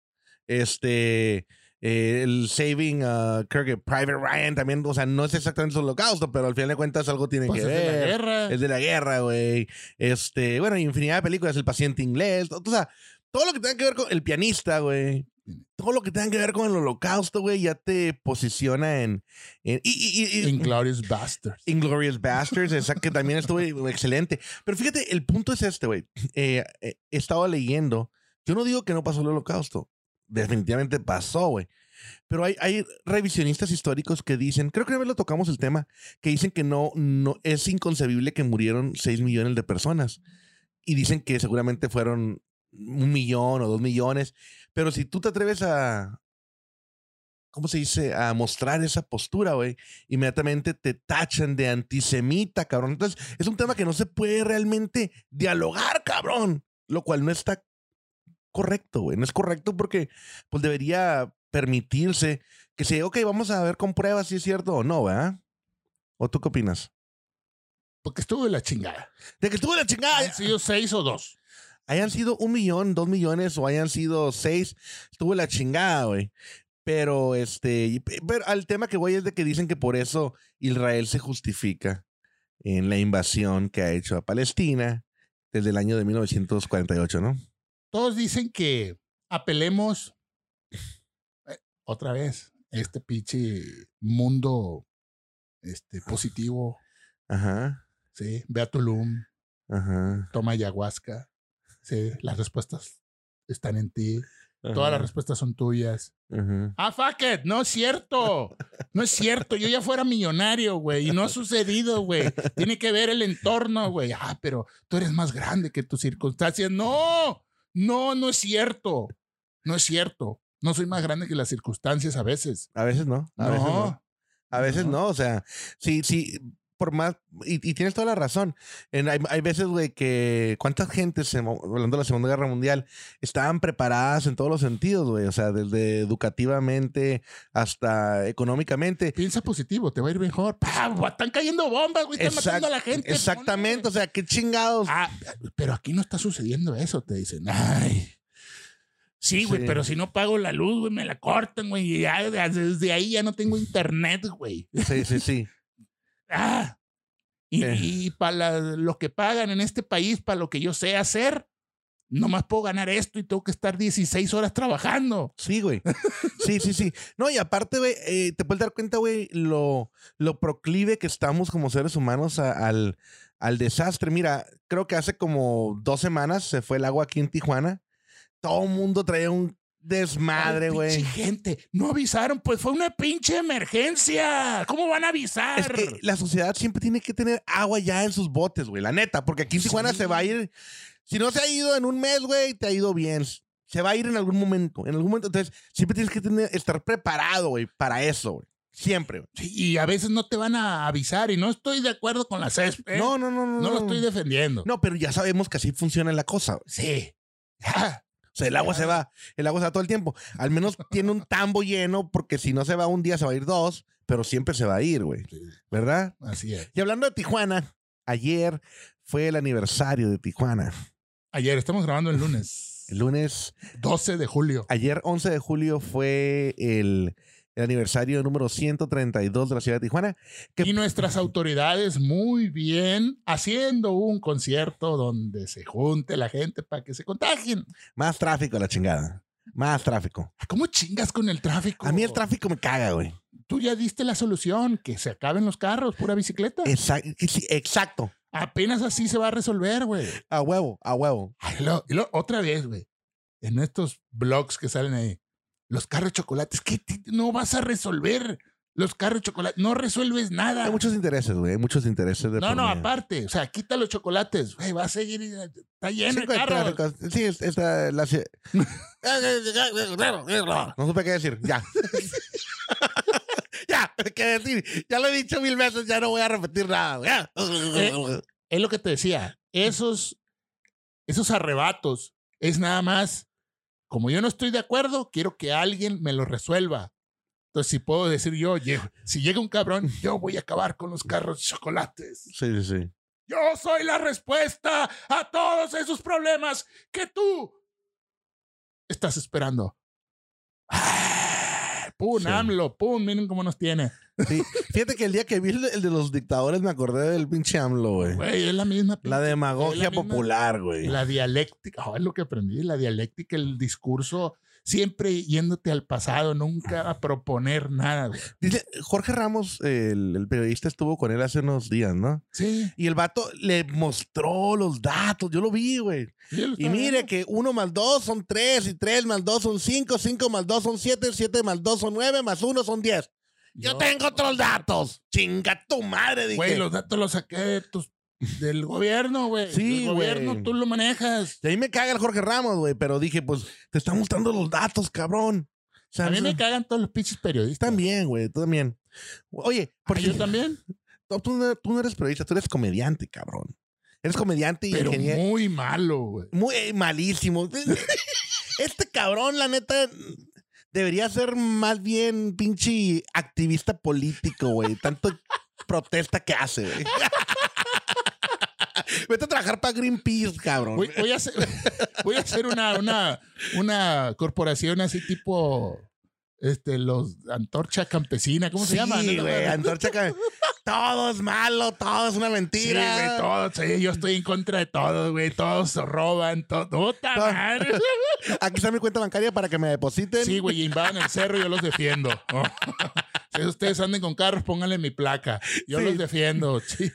Speaker 1: Este, eh, el Saving, uh, creo que Private Ryan también, o sea, no es exactamente el holocausto, pero al final de cuentas algo tiene
Speaker 2: Pues
Speaker 1: que
Speaker 2: es de
Speaker 1: ver.
Speaker 2: la guerra.
Speaker 1: Es de la guerra, güey. Este, bueno, infinidad de películas, El paciente inglés, to- o sea, todo lo que tenga que ver con el pianista, güey. Todo lo que tenga que ver con el holocausto, güey, ya te posiciona en... en- y, y- y- y-
Speaker 2: Inglorious Bastards.
Speaker 1: Inglorious Bastards, esa que también estuvo excelente. Pero fíjate, el punto es este, güey. Eh, eh, he estado leyendo. Yo no digo que no pasó el holocausto. Definitivamente pasó, güey. Pero hay, hay revisionistas históricos que dicen, creo que una vez lo tocamos el tema, que dicen que no, no es inconcebible que murieron 6 millones de personas. Y dicen que seguramente fueron un millón o dos millones. Pero si tú te atreves a, ¿cómo se dice? A mostrar esa postura, güey inmediatamente te tachan de antisemita, cabrón. Entonces, es un tema que no se puede realmente dialogar, cabrón. Lo cual no está correcto, güey. No es correcto porque, pues, debería permitirse que se, ok, vamos a ver con pruebas si es cierto o no, ¿verdad? ¿O tú qué opinas?
Speaker 2: Porque estuvo de la chingada.
Speaker 1: De que estuvo la chingada.
Speaker 2: Han sido seis o dos.
Speaker 1: hayan sido un millón, dos millones o hayan sido seis, estuvo la chingada, güey. Pero este, y- pero al tema que voy es de que dicen que por eso Israel se justifica en la invasión que ha hecho a Palestina desde el año de 1948, ¿no?
Speaker 2: Todos dicen que apelemos eh, otra vez este pinche mundo este, positivo.
Speaker 1: Ajá,
Speaker 2: Sí, ve a Tulum,
Speaker 1: ajá.
Speaker 2: toma ayahuasca. Sí, las respuestas están en ti. Todas las respuestas son tuyas.
Speaker 1: Ajá.
Speaker 2: Ah, fuck it. No es cierto. No es cierto. Yo ya fuera millonario, güey. Y no ha sucedido, güey. Tiene que ver el entorno, güey. Ah, pero tú eres más grande que tus circunstancias. No, no, no es cierto. No es cierto. No soy más grande que las circunstancias a veces.
Speaker 1: A veces no, a veces no.
Speaker 2: No.
Speaker 1: A veces no, o sea, sí, sí, por más, y, y tienes toda la razón. En- hay, hay veces, güey, que cuántas gentes, en- hablando de la Segunda Guerra Mundial, estaban preparadas en todos los sentidos, güey. O sea, desde educativamente hasta económicamente.
Speaker 2: Piensa positivo, te va a ir mejor. ¡Pah! Están cayendo bombas, güey. Están
Speaker 1: Exact-
Speaker 2: matando a la gente.
Speaker 1: Exactamente, o
Speaker 2: Ponle-
Speaker 1: sea, qué chingados.
Speaker 2: Ah, pero aquí no está sucediendo eso, te dicen. Ay. Sí, güey,
Speaker 1: Sí.
Speaker 2: pero si no pago la luz, güey, me la cortan, güey. Y ya de- desde ahí ya no tengo internet, güey.
Speaker 1: Sí, sí, sí.
Speaker 2: Ah. Y,
Speaker 1: Eh.
Speaker 2: para lo que pagan en este país, para lo que yo sé hacer, nomás puedo ganar esto y tengo que estar 16 horas trabajando.
Speaker 1: Sí, güey. Sí, sí, sí. No, y aparte, güey, eh, te puedes dar cuenta, güey, lo, lo proclive que estamos como seres humanos a- al, al desastre. Mira, creo que hace como dos semanas se fue el agua aquí en Tijuana. Todo el mundo traía un desmadre,
Speaker 2: Ay,
Speaker 1: güey.
Speaker 2: pinche gente, no avisaron, pues fue una pinche emergencia. ¿Cómo van a avisar?
Speaker 1: Es que la sociedad siempre tiene que tener agua ya en sus botes, güey, la neta, porque aquí en Tijuana
Speaker 2: Sí.
Speaker 1: se va a ir. Si no se ha ido en un mes, güey, te ha ido bien. Se va a ir en algún momento, en algún momento. Entonces, siempre tienes que tener, estar preparado, güey, para eso, güey. Siempre, güey.
Speaker 2: Sí, y a veces no te van a avisar y no estoy de acuerdo con la CESP. ¿eh?
Speaker 1: No, no, no, no.
Speaker 2: No lo estoy defendiendo.
Speaker 1: Mm. No, pero ya sabemos que así funciona la cosa. güey.
Speaker 2: Sí. Ah,
Speaker 1: O sea, el agua se va, el agua se va todo el tiempo. Al menos tiene un tambo lleno, porque si no se va un día, se va a ir dos, pero siempre se va a ir, güey.
Speaker 2: Sí.
Speaker 1: ¿Verdad?
Speaker 2: así es.
Speaker 1: Y hablando de Tijuana, ayer fue el aniversario de Tijuana.
Speaker 2: Ayer, estamos grabando el lunes.
Speaker 1: El lunes,
Speaker 2: 12 de julio.
Speaker 1: ayer 11 de julio fue el, el aniversario número 132 de la ciudad de Tijuana. que-
Speaker 2: Y nuestras autoridades muy bien haciendo un concierto donde se junte la gente para que se contagien.
Speaker 1: Más tráfico, a la chingada. Más tráfico.
Speaker 2: ¿Cómo chingas con el tráfico?
Speaker 1: A mí el tráfico me caga, güey.
Speaker 2: Tú ya diste la solución, que se acaben los carros, pura bicicleta.
Speaker 1: Exacto. Exacto.
Speaker 2: Apenas así se va a resolver, güey.
Speaker 1: A huevo, a huevo.
Speaker 2: Ay, lo- y lo- otra vez, güey. En estos blogs que salen ahí, los carros de chocolates, que no vas a resolver los carros de chocolates, no resuelves nada.
Speaker 1: Hay muchos intereses, güey. Hay muchos intereses de
Speaker 2: No,
Speaker 1: por
Speaker 2: no,
Speaker 1: medio.
Speaker 2: aparte, o sea, quita los chocolates, güey, va a seguir, eh, está lleno de
Speaker 1: Cinco de
Speaker 2: carros.
Speaker 1: tráfico. Sí, es- esta- la ci- No supe qué decir. Ya. ya, qué decir. Ya lo he dicho mil veces, ya no voy a repetir nada. güey.
Speaker 2: Eh, Es lo que te decía,
Speaker 1: mm.
Speaker 2: esos, esos arrebatos es nada más, como yo no estoy de acuerdo, quiero que alguien me lo resuelva. Entonces, si puedo decir yo, lle- si llega un cabrón, yo voy a acabar con
Speaker 1: Mm.
Speaker 2: los carros de chocolates.
Speaker 1: Sí, sí, sí.
Speaker 2: Yo soy la respuesta a todos esos problemas que tú estás esperando. Ah, Pum,
Speaker 1: Sí.
Speaker 2: AMLO, pum, miren cómo nos tiene.
Speaker 1: Sí. Fíjate que el día que vi el, el de los dictadores me acordé del pinche AMLO, güey.
Speaker 2: Güey, es la misma.
Speaker 1: La
Speaker 2: pinche-
Speaker 1: demagogia
Speaker 2: es la misma-
Speaker 1: popular, güey.
Speaker 2: La dialéctica, oh, es lo que aprendí, la dialéctica, el discurso, siempre yéndote al pasado, nunca a proponer nada. güey.
Speaker 1: Dice, Jorge Ramos, el, el periodista, estuvo con él hace unos días, ¿no?
Speaker 2: Sí.
Speaker 1: Y el vato le mostró los datos. Yo lo vi, güey.
Speaker 2: yo lo
Speaker 1: Y
Speaker 2: estaba
Speaker 1: mire
Speaker 2: viendo.
Speaker 1: que 1 más 2 son 3, y 3 más 2 son 5, 5 más 2 son 7, 7 más 2 son 9, más 1 son 10. Yo,
Speaker 2: Yo-
Speaker 1: tengo otros datos. Chinga tu madre, dije.
Speaker 2: Güey, los datos los saqué de tus- del gobierno, güey.
Speaker 1: Sí,
Speaker 2: El gobierno
Speaker 1: güey.
Speaker 2: tú lo manejas.
Speaker 1: Y ahí me caga el Jorge Ramos, güey, pero dije, pues, te está mostrando los datos, cabrón. O sea,
Speaker 2: A mí
Speaker 1: no-
Speaker 2: me cagan todos los pinches periodistas.
Speaker 1: También, güey, tú también. Oye,
Speaker 2: Porque
Speaker 1: porque
Speaker 2: yo también.
Speaker 1: tú, tú no, tú no eres periodista, tú eres comediante, cabrón. Eres comediante y
Speaker 2: Pero
Speaker 1: ingeniero.
Speaker 2: muy malo, güey.
Speaker 1: Muy, eh, malísimo. Este cabrón, la neta, debería ser más bien pinche activista político, güey. Tanto protesta que hace, güey. Vete a trabajar para Greenpeace, cabrón.
Speaker 2: Voy, voy a hacer, voy a hacer una, una, una corporación así tipo este, los antorcha campesina, ¿cómo se
Speaker 1: Sí,
Speaker 2: llama?
Speaker 1: güey, antorcha que- Todo es malo, todo es una
Speaker 2: Sí,
Speaker 1: mentira.
Speaker 2: güey, todos, sí, yo estoy en contra de todo, güey, todos roban, todo, puta
Speaker 1: Todo-
Speaker 2: madre.
Speaker 1: Aquí está mi cuenta bancaria para que me depositen.
Speaker 2: Sí, güey, invadan el cerro, yo los defiendo. Oh. Si ustedes anden con carros, pónganle mi placa, yo
Speaker 1: Sí.
Speaker 2: los defiendo. Sí.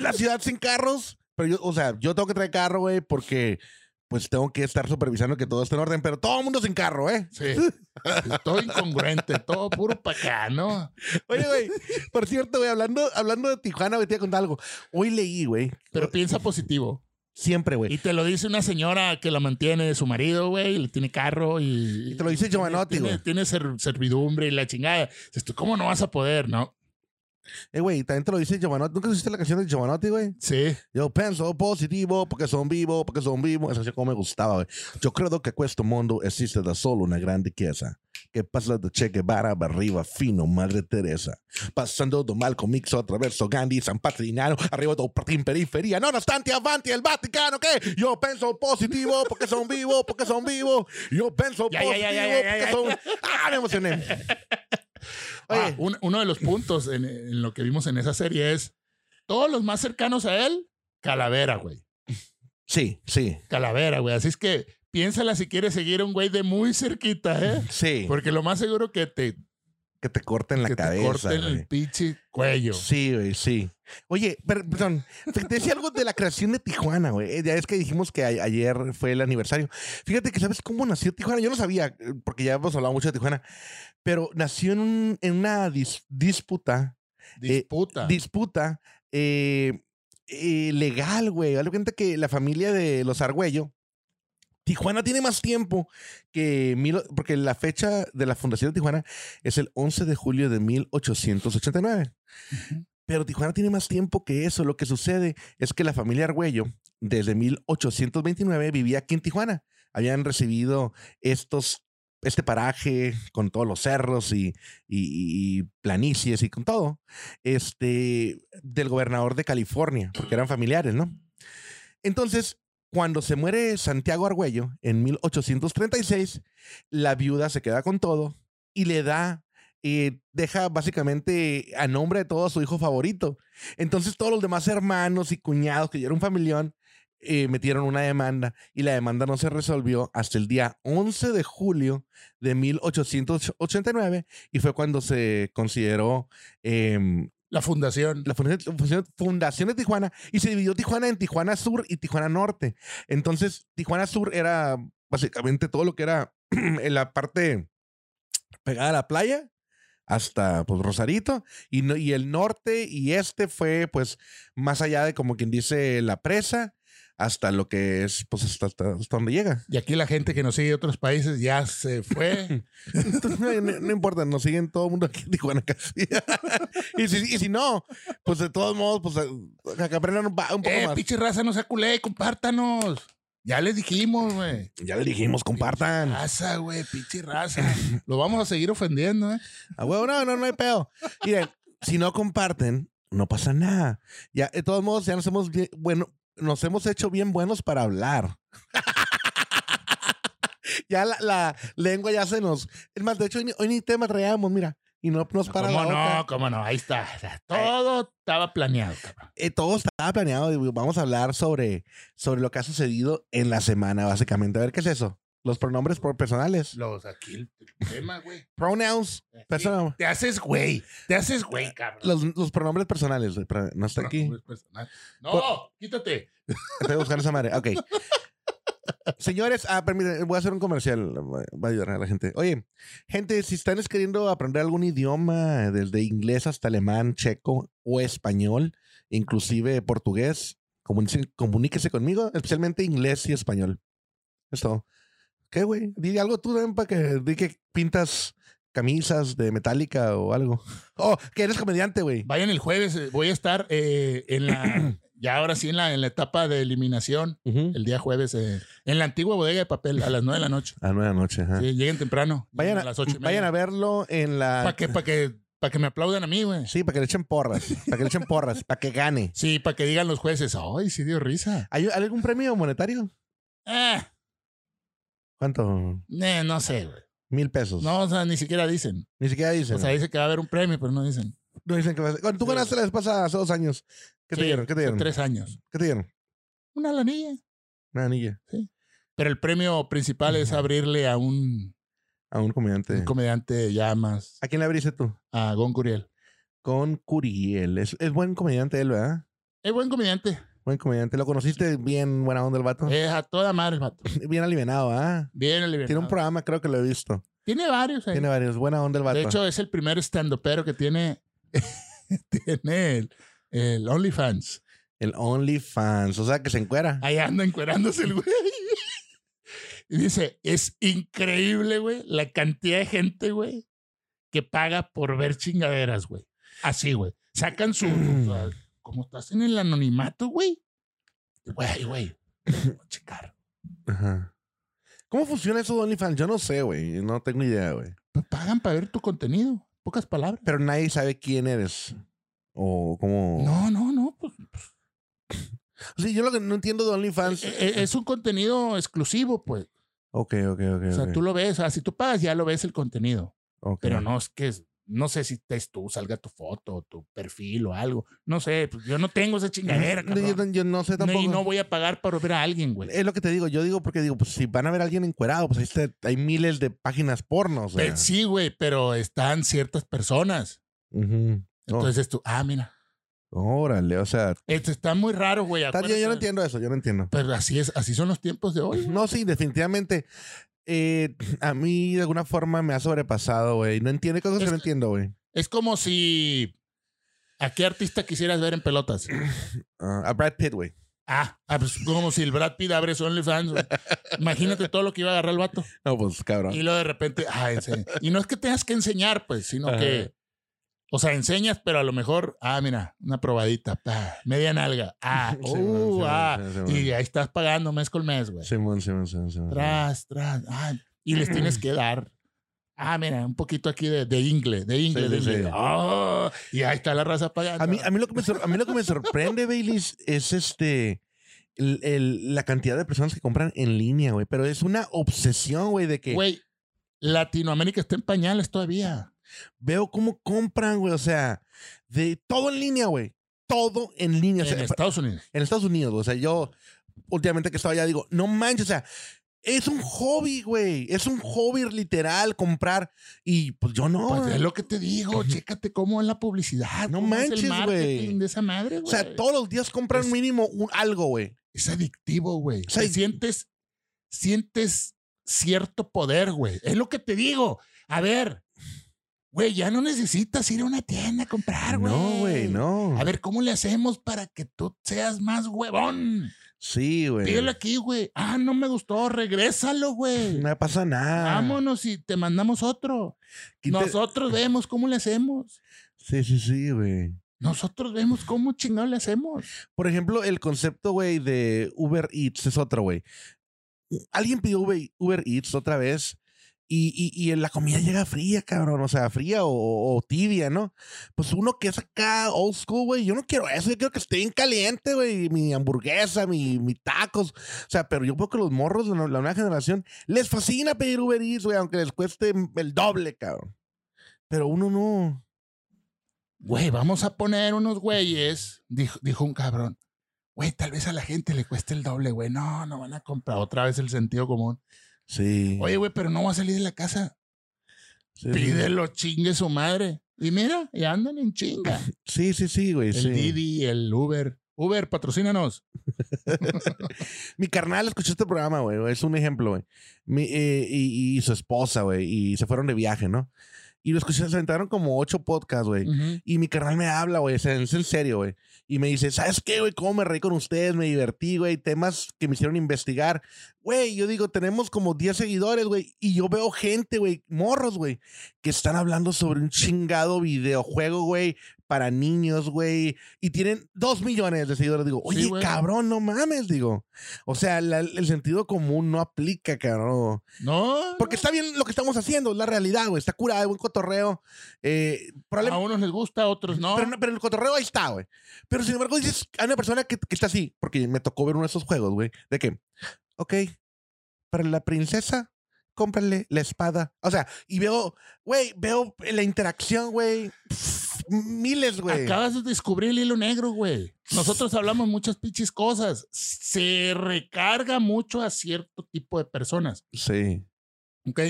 Speaker 1: la ciudad sin carros, pero yo, o sea, yo tengo que traer carro, güey, porque pues tengo que estar supervisando que todo esté en orden, pero todo el mundo sin carro, ¿eh?
Speaker 2: Sí. Estoy incongruente, todo puro pa' acá, ¿no?
Speaker 1: Oye, güey, por cierto, güey, hablando, hablando de Tijuana, güey, te voy a contar algo. Hoy leí, güey,
Speaker 2: Pero piensa positivo.
Speaker 1: siempre, güey.
Speaker 2: Y te lo dice una señora que la mantiene de su marido, güey, y le tiene carro y.
Speaker 1: Y te lo dice Giovanotti,
Speaker 2: tiene-
Speaker 1: güey.
Speaker 2: Tiene ser- servidumbre y la chingada. Dices tú, ¿cómo no vas a poder, no?
Speaker 1: Eh, güey, también te lo dice Giovanotti. ¿Nunca escuchaste la canción de Giovanotti, güey?
Speaker 2: Sí.
Speaker 1: Yo pienso positivo porque son vivos, porque son vivos. Esa canción como me gustaba, güey. Yo creo que en este mundo existe da solo una gran riqueza. Que pasa de Che Guevara para arriba, fino, Madre Teresa. Pasando de Malcolm Mixo, atraverso Gandhi, San Patrignano, arriba de Partín Periferia. No obstante, avanti el Vaticano, que yo pienso positivo porque son vivos, porque son vivos. Yo pienso
Speaker 2: Ya,
Speaker 1: positivo
Speaker 2: ya, ya, ya,
Speaker 1: porque
Speaker 2: ya, ya,
Speaker 1: son. ¡Ah, me emocioné!
Speaker 2: Ah, un- uno de los puntos en, en lo que vimos en esa serie es todos los más cercanos a él, calavera, güey.
Speaker 1: Sí, sí,
Speaker 2: Calavera, güey. Así es que piénsala si quieres seguir a un güey de muy cerquita, ¿eh?
Speaker 1: sí.
Speaker 2: Porque lo más seguro que te,
Speaker 1: Que te corten la
Speaker 2: que te
Speaker 1: cabeza.
Speaker 2: corten
Speaker 1: güey.
Speaker 2: el pinche cuello.
Speaker 1: Sí, güey, sí. Oye, per- perdón, te te decía algo de la creación de Tijuana, güey. Eh, Ya es que dijimos que a- ayer fue el aniversario. Fíjate que sabes cómo nació Tijuana. Yo no sabía, eh, porque ya hemos hablado mucho de Tijuana, pero nació en, un- en una dis- disputa,
Speaker 2: Disputa.
Speaker 1: disputa eh, eh, legal, güey. Dale cuenta que la familia de los Argüello, Tijuana tiene más tiempo que mil, porque la fecha de la fundación de Tijuana es el 11 de julio de 1889.
Speaker 2: Ujú.
Speaker 1: Pero Tijuana tiene más tiempo que eso. Lo que sucede es que la familia Argüello, desde 1829, vivía aquí en Tijuana. Habían recibido estos, este paraje con todos los cerros y, y- y planicies y con todo, este, del gobernador de California, porque eran familiares, ¿no? Entonces, cuando se muere Santiago Argüello en 1836, la viuda se queda con todo y le da, eh, deja básicamente a nombre de todo a su hijo favorito. Entonces todos los demás hermanos y cuñados que ya era un familión eh, metieron una demanda y la demanda no se resolvió hasta el día 11 de julio de 1889 y fue cuando se consideró em,
Speaker 2: La fundación.
Speaker 1: la fundación, fundación- fundación de Tijuana y se dividió Tijuana en Tijuana Sur y Tijuana Norte. Entonces, Tijuana Sur era básicamente todo lo que era en la parte pegada a la playa hasta pues Rosarito y, no- y el norte y este fue pues más allá de como quien dice la presa hasta lo que es pues hasta, hasta- hasta donde llega.
Speaker 2: Y aquí la gente que nos sigue de otros países ya se fue.
Speaker 1: Entonces, no, no- no importa, nos siguen todo el mundo aquí en Tijuana casi. y, si, y si no, pues de todos modos, pues a- a que aprendan un, pa- un poco
Speaker 2: eh,
Speaker 1: más.
Speaker 2: pinche raza, no sea culé, compártanos. Ya les dijimos, güey.
Speaker 1: Ya le dijimos, compartan.
Speaker 2: Raza, güey, pinche raza. Lo vamos a seguir ofendiendo, ¿eh?
Speaker 1: A huevo, no, no, no hay pedo. Miren, si no comparten, no pasa nada. Ya, de todos modos, ya nos hemos, bien- bueno, nos hemos hecho bien buenos para hablar. ya la, la lengua ya se nos. Es más, de hecho, hoy, ni- hoy ni tema traíamos, mira. Y no nos para la
Speaker 2: ¿Cómo
Speaker 1: boca.
Speaker 2: no? ¿Cómo no? Ahí está. Todo estaba planeado, cabrón.
Speaker 1: Eh, todo estaba planeado. digo, Vamos a hablar sobre, sobre lo que ha sucedido en la semana, básicamente. A ver, ¿qué es eso? Los pronombres por- personales.
Speaker 2: Los aquí el el tema, güey.
Speaker 1: Pronouns.
Speaker 2: Aquí
Speaker 1: Persona-
Speaker 2: Te haces güey. Te haces güey, cabrón.
Speaker 1: Ah, Los, los pronombres personales. güey, pero No está aquí.
Speaker 2: Pronombres personales. No,
Speaker 1: Por-
Speaker 2: quítate.
Speaker 1: Estoy buscando esa madre. Ok. Señores, ah, permítanme, voy a hacer un comercial. Va a ayudar a la gente. Oye, gente, si están queriendo aprender algún idioma, desde inglés hasta alemán, checo o español, inclusive portugués, comuníquese, comuníquese conmigo, especialmente inglés y español. Es todo. ¿Qué, güey? Di algo tú también para que di que pintas camisas de metálica o algo. Oh, que eres comediante, güey.
Speaker 2: Vayan el jueves. eh, Voy a estar eh, en la. Ya ahora sí, en la, en la etapa de eliminación,
Speaker 1: Ujú.
Speaker 2: el día jueves, eh, en la antigua bodega de papel, a las nueve de la noche.
Speaker 1: A nueva noche. ajá.
Speaker 2: Sí, lleguen temprano.
Speaker 1: Ah. Vayan, a,
Speaker 2: las ocho y media.
Speaker 1: vayan a verlo en la.
Speaker 2: Para que, pa' que, pa' que me aplaudan a mí, güey.
Speaker 1: Sí, para que le echen porras, para que le echen porras, para que gane.
Speaker 2: Sí, para que digan los jueces, ay, sí dio risa.
Speaker 1: ¿Hay hay algún premio monetario?
Speaker 2: Eh,
Speaker 1: ¿Cuánto?
Speaker 2: eh, no sé, güey.
Speaker 1: Mil pesos.
Speaker 2: No, Pues o sea, ni siquiera dicen.
Speaker 1: Ni siquiera dicen.
Speaker 2: O sea, dice que va a haber un premio, pero no dicen.
Speaker 1: no dicen que va a ser- Bueno, tú ganaste la vez pasada hace dos años. ¿Qué te
Speaker 2: Sí,
Speaker 1: dieron? ¿Qué te
Speaker 2: hace
Speaker 1: dieron?
Speaker 2: Tres años.
Speaker 1: ¿Qué te dieron?
Speaker 2: Una lanilla.
Speaker 1: Una anilla
Speaker 2: Pero el premio principal es
Speaker 1: Ujú.
Speaker 2: abrirle a un,
Speaker 1: a un comediante.
Speaker 2: un comediante ya más,
Speaker 1: ¿A quién le abriste tú?
Speaker 2: a Gon Curiel.
Speaker 1: Con Curiel. Es, es buen comediante él, ¿verdad?
Speaker 2: Es buen comediante.
Speaker 1: Buen comediante. ¿Lo conociste bien buena onda el vato?
Speaker 2: Es a toda madre el vato.
Speaker 1: Bien alivianado, ¿ah?
Speaker 2: Bien alivianado.
Speaker 1: Tiene un programa, creo que lo he visto.
Speaker 2: Tiene varios. ahí.
Speaker 1: Tiene varios. Buena onda el vato.
Speaker 2: De hecho, es el primer stand-upero que tiene, tiene el, el OnlyFans.
Speaker 1: el OnlyFans. O sea, que se encuera.
Speaker 2: Ahí anda encuerándose el güey. Y dice, es increíble, güey, la cantidad de gente, güey, que paga por ver chingaderas, güey. Así, güey. Sacan su. ah, como estás en el anonimato, güey. Güey, güey. Voy a checar.
Speaker 1: Ajá. ¿Cómo funciona eso de OnlyFans? Yo no sé, güey. No tengo idea, güey.
Speaker 2: Pues pagan para ver tu contenido. Pocas palabras.
Speaker 1: Pero nadie sabe quién eres. O cómo.
Speaker 2: No, no, no. Pues,
Speaker 1: O sea, yo lo que no entiendo de OnlyFans.
Speaker 2: eh, eh, es un contenido exclusivo, pues.
Speaker 1: Ok, ok, ok.
Speaker 2: O sea, tú lo ves. O sea, si tú pagas, ya lo ves el contenido. Pero
Speaker 1: no.
Speaker 2: no es que. es- No sé si es tú, salga tu foto, tu perfil o algo. No sé, pues yo no tengo esa chingadera,
Speaker 1: No, yo,
Speaker 2: cabrón.
Speaker 1: no- yo no sé
Speaker 2: No,
Speaker 1: tampoco. Eh,
Speaker 2: y no voy a pagar para ver a alguien, güey.
Speaker 1: es lo que te digo. Yo digo porque digo, pues si van a ver a alguien encuerado, pues ahí está- hay miles de páginas porno. O sea.
Speaker 2: Pe- Eh, Sí, güey, pero están ciertas personas.
Speaker 1: Ujú. Oh,
Speaker 2: Entonces tú, ah, mira,
Speaker 1: Órale, o sea,
Speaker 2: esto está muy raro, güey.
Speaker 1: está- yo,
Speaker 2: acuérdate.
Speaker 1: yo no entiendo eso, yo no entiendo.
Speaker 2: Pero así es, así son los tiempos de hoy.
Speaker 1: No, sí, definitivamente. eh, a mí de alguna forma me ha sobrepasado, güey. No entiendo cosas que
Speaker 2: Es
Speaker 1: no
Speaker 2: que-
Speaker 1: entiendo, güey.
Speaker 2: Es como si a qué artista quisieras ver en pelotas.
Speaker 1: Ah, a Brad Pitt, güey.
Speaker 2: Ah, ah, pues como si el Brad Pitt abre su OnlyFans. güey. Imagínate todo lo que iba a agarrar el vato.
Speaker 1: No, pues cabrón.
Speaker 2: Y luego de repente, ah, ense- y no es que tengas que enseñar, pues, sino
Speaker 1: Ajá.
Speaker 2: que, o sea, enseñas, pero a lo mejor, ah, mira, una probadita, pa, media nalga, ah,
Speaker 1: Sí,
Speaker 2: uh,
Speaker 1: man, sí,
Speaker 2: ah,
Speaker 1: man, sí, man.
Speaker 2: y ahí estás pagando mes con mes, güey.
Speaker 1: Simón, Simón, Simón, Simón.
Speaker 2: Tras, tras, ah, y les tienes que dar. Ah, mira, un poquito aquí de, de ingle, de ingle,
Speaker 1: Sí,
Speaker 2: de
Speaker 1: sí,
Speaker 2: ingle.
Speaker 1: sí.
Speaker 2: Ah, y ahí está la raza pagando.
Speaker 1: A mí, a mí lo que me, sor- a mí lo que me sorprende, Baileys, es este. el- el- la cantidad de personas que compran en línea, güey. Pero es una obsesión, güey, de que
Speaker 2: Güey, Latinoamérica está en pañales todavía.
Speaker 1: veo cómo compran, güey. O sea, de todo en línea, güey. Todo en línea. O sea,
Speaker 2: en Estados Unidos.
Speaker 1: en Estados Unidos. O sea, yo últimamente que estaba allá digo, no manches, o sea, es un hobby, güey. Es un hobby literal comprar. Y pues yo no.
Speaker 2: Pues es lo que te digo, chécate cómo es la publicidad.
Speaker 1: No
Speaker 2: cómo es el
Speaker 1: manches, güey.
Speaker 2: marketing de esa madre, güey.
Speaker 1: o sea, todos los días compran
Speaker 2: Es-
Speaker 1: mínimo un- algo, güey.
Speaker 2: Es adictivo, güey.
Speaker 1: O sea,
Speaker 2: Te
Speaker 1: y-
Speaker 2: sientes, sientes cierto poder, güey. Es lo que te digo. A ver, güey, ya no necesitas ir a una tienda a comprar, güey.
Speaker 1: No, güey, no.
Speaker 2: A ver, ¿cómo le hacemos para que tú seas más huevón?
Speaker 1: Sí, güey.
Speaker 2: Pídelo aquí, güey. Ah, no me gustó, regrésalo, güey.
Speaker 1: No pasa nada.
Speaker 2: Vámonos y te mandamos otro.
Speaker 1: Quita-
Speaker 2: Nosotros vemos cómo le hacemos.
Speaker 1: Sí, sí, sí, güey.
Speaker 2: Nosotros vemos cómo chingado le hacemos.
Speaker 1: Por ejemplo, el concepto, güey, de Uber Eats es otro, güey. Alguien pidió Uber, Uber Eats otra vez y, y- y la comida llega fría, cabrón. O sea, fría o, o tibia, ¿no? Pues uno que es acá old school, güey. Yo no quiero eso. Yo quiero que esté bien caliente, güey. Mi hamburguesa, mi, mi tacos. O sea, pero yo creo que los morros de la la nueva generación les fascina pedir Uber Eats, güey, aunque les cueste el doble, cabrón. Pero uno no.
Speaker 2: Güey, vamos a poner unos güeyes, dijo, dijo un cabrón. Güey, tal vez a la gente le cueste el doble, güey. No, no van a comprar otra vez el sentido común.
Speaker 1: Sí.
Speaker 2: Oye, güey, pero no va a salir de la casa.
Speaker 1: Sí, sí.
Speaker 2: Pídelo, chingue su madre. Y mira, y andan en chinga.
Speaker 1: Sí, sí, sí, güey.
Speaker 2: El
Speaker 1: sí.
Speaker 2: Didi, el Uber. Uber, patrocínanos.
Speaker 1: Mi carnal escuchó este programa, güey. Es un ejemplo, güey. Mi- eh, y, y su esposa, güey. Y se fueron de viaje, ¿no? Y lo escuché, se aventaron como ocho podcasts, güey. Y mi carnal me habla, güey. Es en es en serio, güey. Y me dice, ¿sabes qué, güey? ¿Cómo me reí con ustedes? Me divertí, güey. Temas que me hicieron investigar. Güey, yo digo, tenemos como 10 seguidores, güey. Y yo veo gente, güey, morros, güey, que están hablando sobre un chingado videojuego, güey, para niños, güey. Y tienen 2 millones de seguidores. Digo, oye,
Speaker 2: Sí, güey.
Speaker 1: cabrón, no mames, digo. O sea, la- el sentido común no aplica, cabrón.
Speaker 2: No.
Speaker 1: Porque está bien lo que estamos haciendo, es la realidad, güey. Está curada, buen cotorreo. Eh,
Speaker 2: no.
Speaker 1: probablemente
Speaker 2: a unos les gusta, a otros no.
Speaker 1: pero, no- pero el cotorreo ahí está, güey. Pero sin embargo, dices, hay una persona que, que está así, porque me tocó ver uno de esos juegos, güey, de que, ok, para la princesa, cómprale la espada. O sea, y veo, güey, veo la interacción, güey, pff, miles, güey.
Speaker 2: Acabas de descubrir el hilo negro, güey. Nosotros hablamos muchas pinches cosas. Se recarga mucho a cierto tipo de personas,
Speaker 1: Sí.
Speaker 2: ¿ok?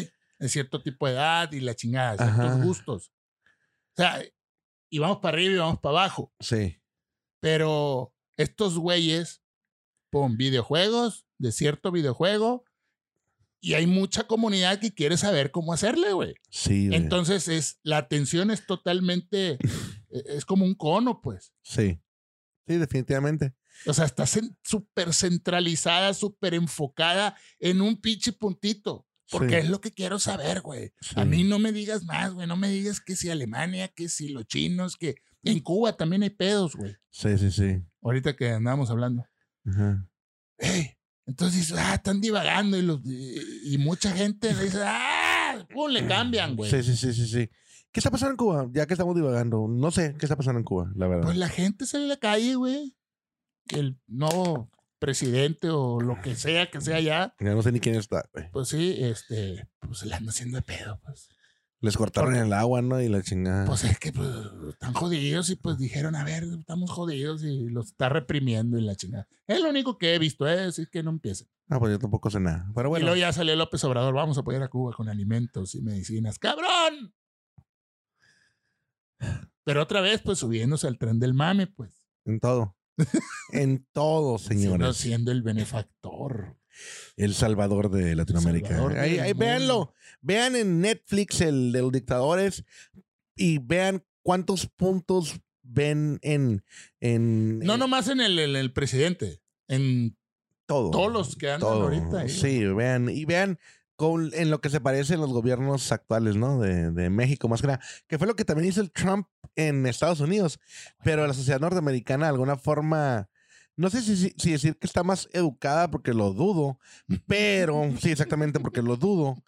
Speaker 2: En cierto tipo de edad y la chingada, ciertos
Speaker 1: Ajá.
Speaker 2: gustos. O sea, y vamos para arriba y vamos para abajo.
Speaker 1: Sí.
Speaker 2: Pero estos güeyes, pon videojuegos, de cierto videojuego, y hay mucha comunidad que quiere saber cómo hacerle, güey.
Speaker 1: Sí,
Speaker 2: Entonces es, la atención es totalmente, e-, es como un cono, pues.
Speaker 1: Sí. Sí, definitivamente.
Speaker 2: O sea, está cen- súper centralizada, súper enfocada en un pinche puntito. Porque
Speaker 1: Sí.
Speaker 2: es lo que quiero saber, güey. A
Speaker 1: Sí.
Speaker 2: mí no me digas más, güey. No me digas que si Alemania, que si los chinos, que en Cuba también hay pedos, güey.
Speaker 1: Sí, sí, sí.
Speaker 2: Ahorita que andábamos hablando.
Speaker 1: Ajá.
Speaker 2: Ey, entonces dices, ah, están divagando y, los, y, y mucha gente dice, ah, pum, le cambian, güey.
Speaker 1: Sí, sí, sí, sí, sí. ¿Qué está pasando en Cuba? Ya que estamos divagando. No sé qué está pasando en Cuba, la verdad.
Speaker 2: Pues la gente sale a la calle, güey. El nuevo presidente o lo que sea que sea ya,
Speaker 1: Ya no sé ni quién está, güey.
Speaker 2: pues sí, este, pues se la anda haciendo de pedo, pues.
Speaker 1: Les cortaron
Speaker 2: Porque-
Speaker 1: el agua, ¿no? Y la chingada.
Speaker 2: Pues es que pues, están jodidos y pues dijeron, a ver, estamos jodidos y los está reprimiendo y la chingada. Es lo único que he visto, ¿eh? así que no empiecen.
Speaker 1: ah, pues yo tampoco sé nada. Pero
Speaker 2: y
Speaker 1: bueno.
Speaker 2: luego ya salió López Obrador, vamos a apoyar a Cuba con alimentos y medicinas. ¡Cabrón! Pero otra vez, pues subiéndose al tren del mame, pues.
Speaker 1: En todo. en todo,
Speaker 2: Siendo,
Speaker 1: señores.
Speaker 2: siendo el benefactor.
Speaker 1: El Salvador de Latinoamérica.
Speaker 2: Salvador
Speaker 1: ahí,
Speaker 2: del
Speaker 1: ahí,
Speaker 2: mundo.
Speaker 1: véanlo. Vean en Netflix el de los dictadores y vean cuántos puntos ven en, en
Speaker 2: No
Speaker 1: en
Speaker 2: nomás en el, en el presidente, en
Speaker 1: todo.
Speaker 2: todos los que andan
Speaker 1: todo.
Speaker 2: ahorita. ahí.
Speaker 1: Sí, vean. Y vean con, en lo que se parecen los gobiernos actuales, ¿no? De, de México, más que nada. Que fue lo que también hizo el Trump en Estados Unidos. Pero la sociedad norteamericana, de alguna forma. No sé si, si- si decir que está más educada porque lo dudo, pero sí, exactamente porque lo dudo.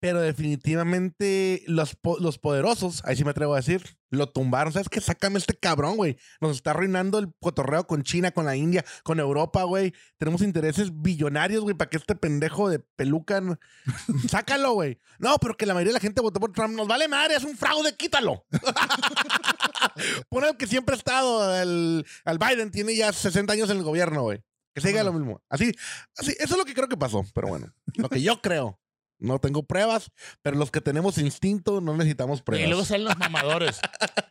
Speaker 1: Pero definitivamente los, po- los poderosos, ahí sí me atrevo a decir, lo tumbaron. ¿Sabes qué? Sácame este cabrón, güey. Nos está arruinando el cotorreo con China, con la India, con Europa, güey. Tenemos intereses billonarios, güey, para que este pendejo de peluca... no- Sácalo, güey. No, pero que la mayoría de la gente votó por Trump. Nos vale madre, es un fraude, quítalo. Pon al que siempre ha estado. El, al Biden tiene ya 60 años en el gobierno, güey. Que siga lo mismo. Así, así, eso es lo que creo que pasó. Pero bueno, lo que yo creo. No tengo pruebas, pero los que tenemos instinto no necesitamos
Speaker 2: Y
Speaker 1: pruebas.
Speaker 2: luego salen los mamadores.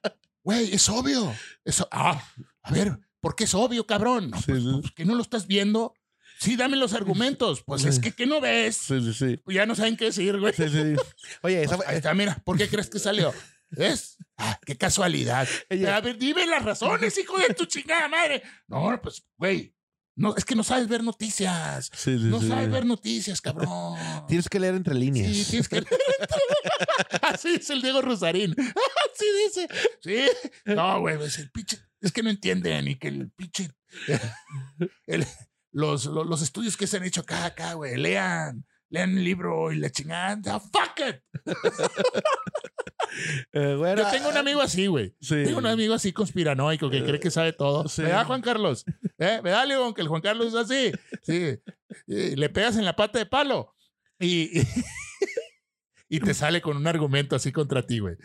Speaker 2: Güey, es obvio. Eso, ah, a ver, ¿por qué es obvio, cabrón? No,
Speaker 1: Sí,
Speaker 2: pues,
Speaker 1: sí.
Speaker 2: pues, que no lo estás viendo. Sí, dame los argumentos. Pues
Speaker 1: Sí.
Speaker 2: es que, ¿qué no ves?
Speaker 1: Sí, sí, sí.
Speaker 2: Ya no saben qué decir, güey.
Speaker 1: Sí, sí. Oye, esa eh.
Speaker 2: Pues, ahí está, mira, ¿por qué crees que salió? ¿Ves? Ah, qué casualidad.
Speaker 1: Ella-
Speaker 2: A ver, dime las razones, hijo de tu chingada madre. No, pues, güey, no, es que no sabes ver noticias.
Speaker 1: Sí, sí,
Speaker 2: No
Speaker 1: sí.
Speaker 2: sabes ver noticias, cabrón.
Speaker 1: Tienes que leer entre líneas.
Speaker 2: Sí, tienes que. Así dice el Diego Rosarín. Así dice. Sí. No, güey, es el pinche. Es que no entienden y que el pinche. el- los, lo- los, estudios que se han hecho acá, acá, güey. Lean. Lean el libro y la chingada. ¡Fuck it!
Speaker 1: Eh, bueno,
Speaker 2: Yo tengo un amigo así, güey.
Speaker 1: sí. Eh,
Speaker 2: Tengo un amigo así conspiranoico que cree que sabe todo.
Speaker 1: Sí.
Speaker 2: ¿Verdad, Juan Carlos? ¿Eh? ¿Verdad, León? Que el Juan Carlos es así. Sí. Y le pegas en la pata de palo y, y, y te sale con un argumento así contra ti, güey.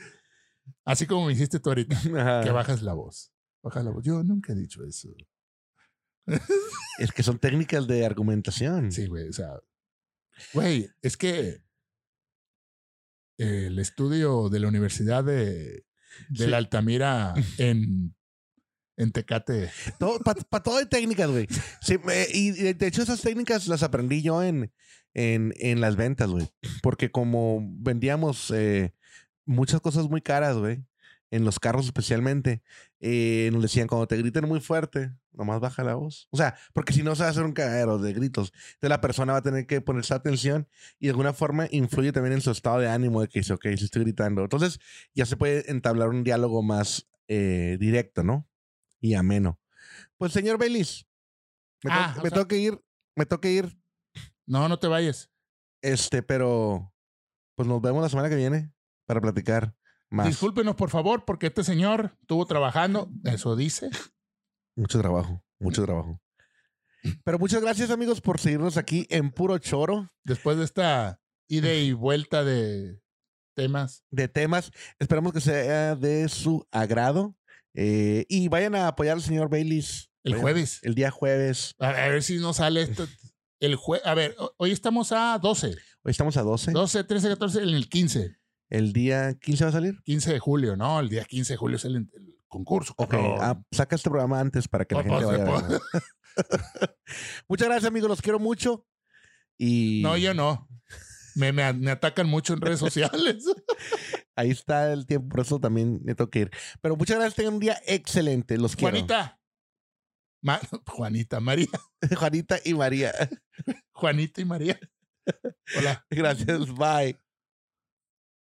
Speaker 2: Así como me hiciste tú ahorita,
Speaker 1: Ajá.
Speaker 2: que bajas la voz. Bajas la voz. Yo nunca he dicho eso.
Speaker 1: Es que son técnicas de argumentación.
Speaker 2: Sí, güey. O sea, güey, es que el estudio de la Universidad de, de
Speaker 1: Sí.
Speaker 2: la Altamira en, en Tecate.
Speaker 1: Para todo hay técnicas, güey. Sí, me- y y de hecho esas técnicas las aprendí yo en, en, en las ventas, güey. Porque como vendíamos eh, muchas cosas muy caras, güey, en los carros especialmente, eh, nos decían, cuando te griten muy fuerte, nomás baja la voz. O sea, porque si no se va a hacer un cagadero de gritos. Entonces la persona va a tener que ponerse atención y de alguna forma influye también en su estado de ánimo de que dice, ok, si estoy gritando. Entonces ya se puede entablar un diálogo más eh, directo, ¿no? Y ameno. Pues señor Belis, me, tengo-
Speaker 2: Ah, o
Speaker 1: me
Speaker 2: sea-
Speaker 1: tengo que ir, me tengo que ir,
Speaker 2: No, no te vayas.
Speaker 1: este, pero pues nos vemos la semana que viene para platicar más.
Speaker 2: Discúlpenos, por favor, porque este señor estuvo trabajando, eso dice.
Speaker 1: Mucho trabajo, mucho trabajo. Pero muchas gracias amigos por seguirnos aquí en puro choro
Speaker 2: Después de esta ida y vuelta de temas.
Speaker 1: de temas. Esperamos que sea de su agrado. eh, y vayan a apoyar al señor Baileys
Speaker 2: El
Speaker 1: Vayan-
Speaker 2: jueves.
Speaker 1: El día jueves.
Speaker 2: A a ver si nos sale esto. El jue a ver, ho- hoy estamos a 12.
Speaker 1: Hoy estamos a 12.
Speaker 2: 12, 13, 14, en el 15.
Speaker 1: El día 15 va a salir.
Speaker 2: 15 de julio, ¿no? El día 15 de julio es el, el concurso.
Speaker 1: Ok,
Speaker 2: cabrón.
Speaker 1: ah, saca este programa antes para que la
Speaker 2: Por
Speaker 1: gente
Speaker 2: favor,
Speaker 1: vaya.
Speaker 2: por
Speaker 1: a verlo. Muchas gracias, amigos. Los quiero mucho. Y
Speaker 2: No, yo no. Me, me, me atacan mucho en redes sociales.
Speaker 1: ahí está el tiempo. Por eso también me tengo que ir. Pero muchas gracias. Tengan un día excelente. Los quiero.
Speaker 2: Juanita. Ma- Juanita, María.
Speaker 1: Juanita y María.
Speaker 2: Juanita y María. Hola.
Speaker 1: Gracias, bye.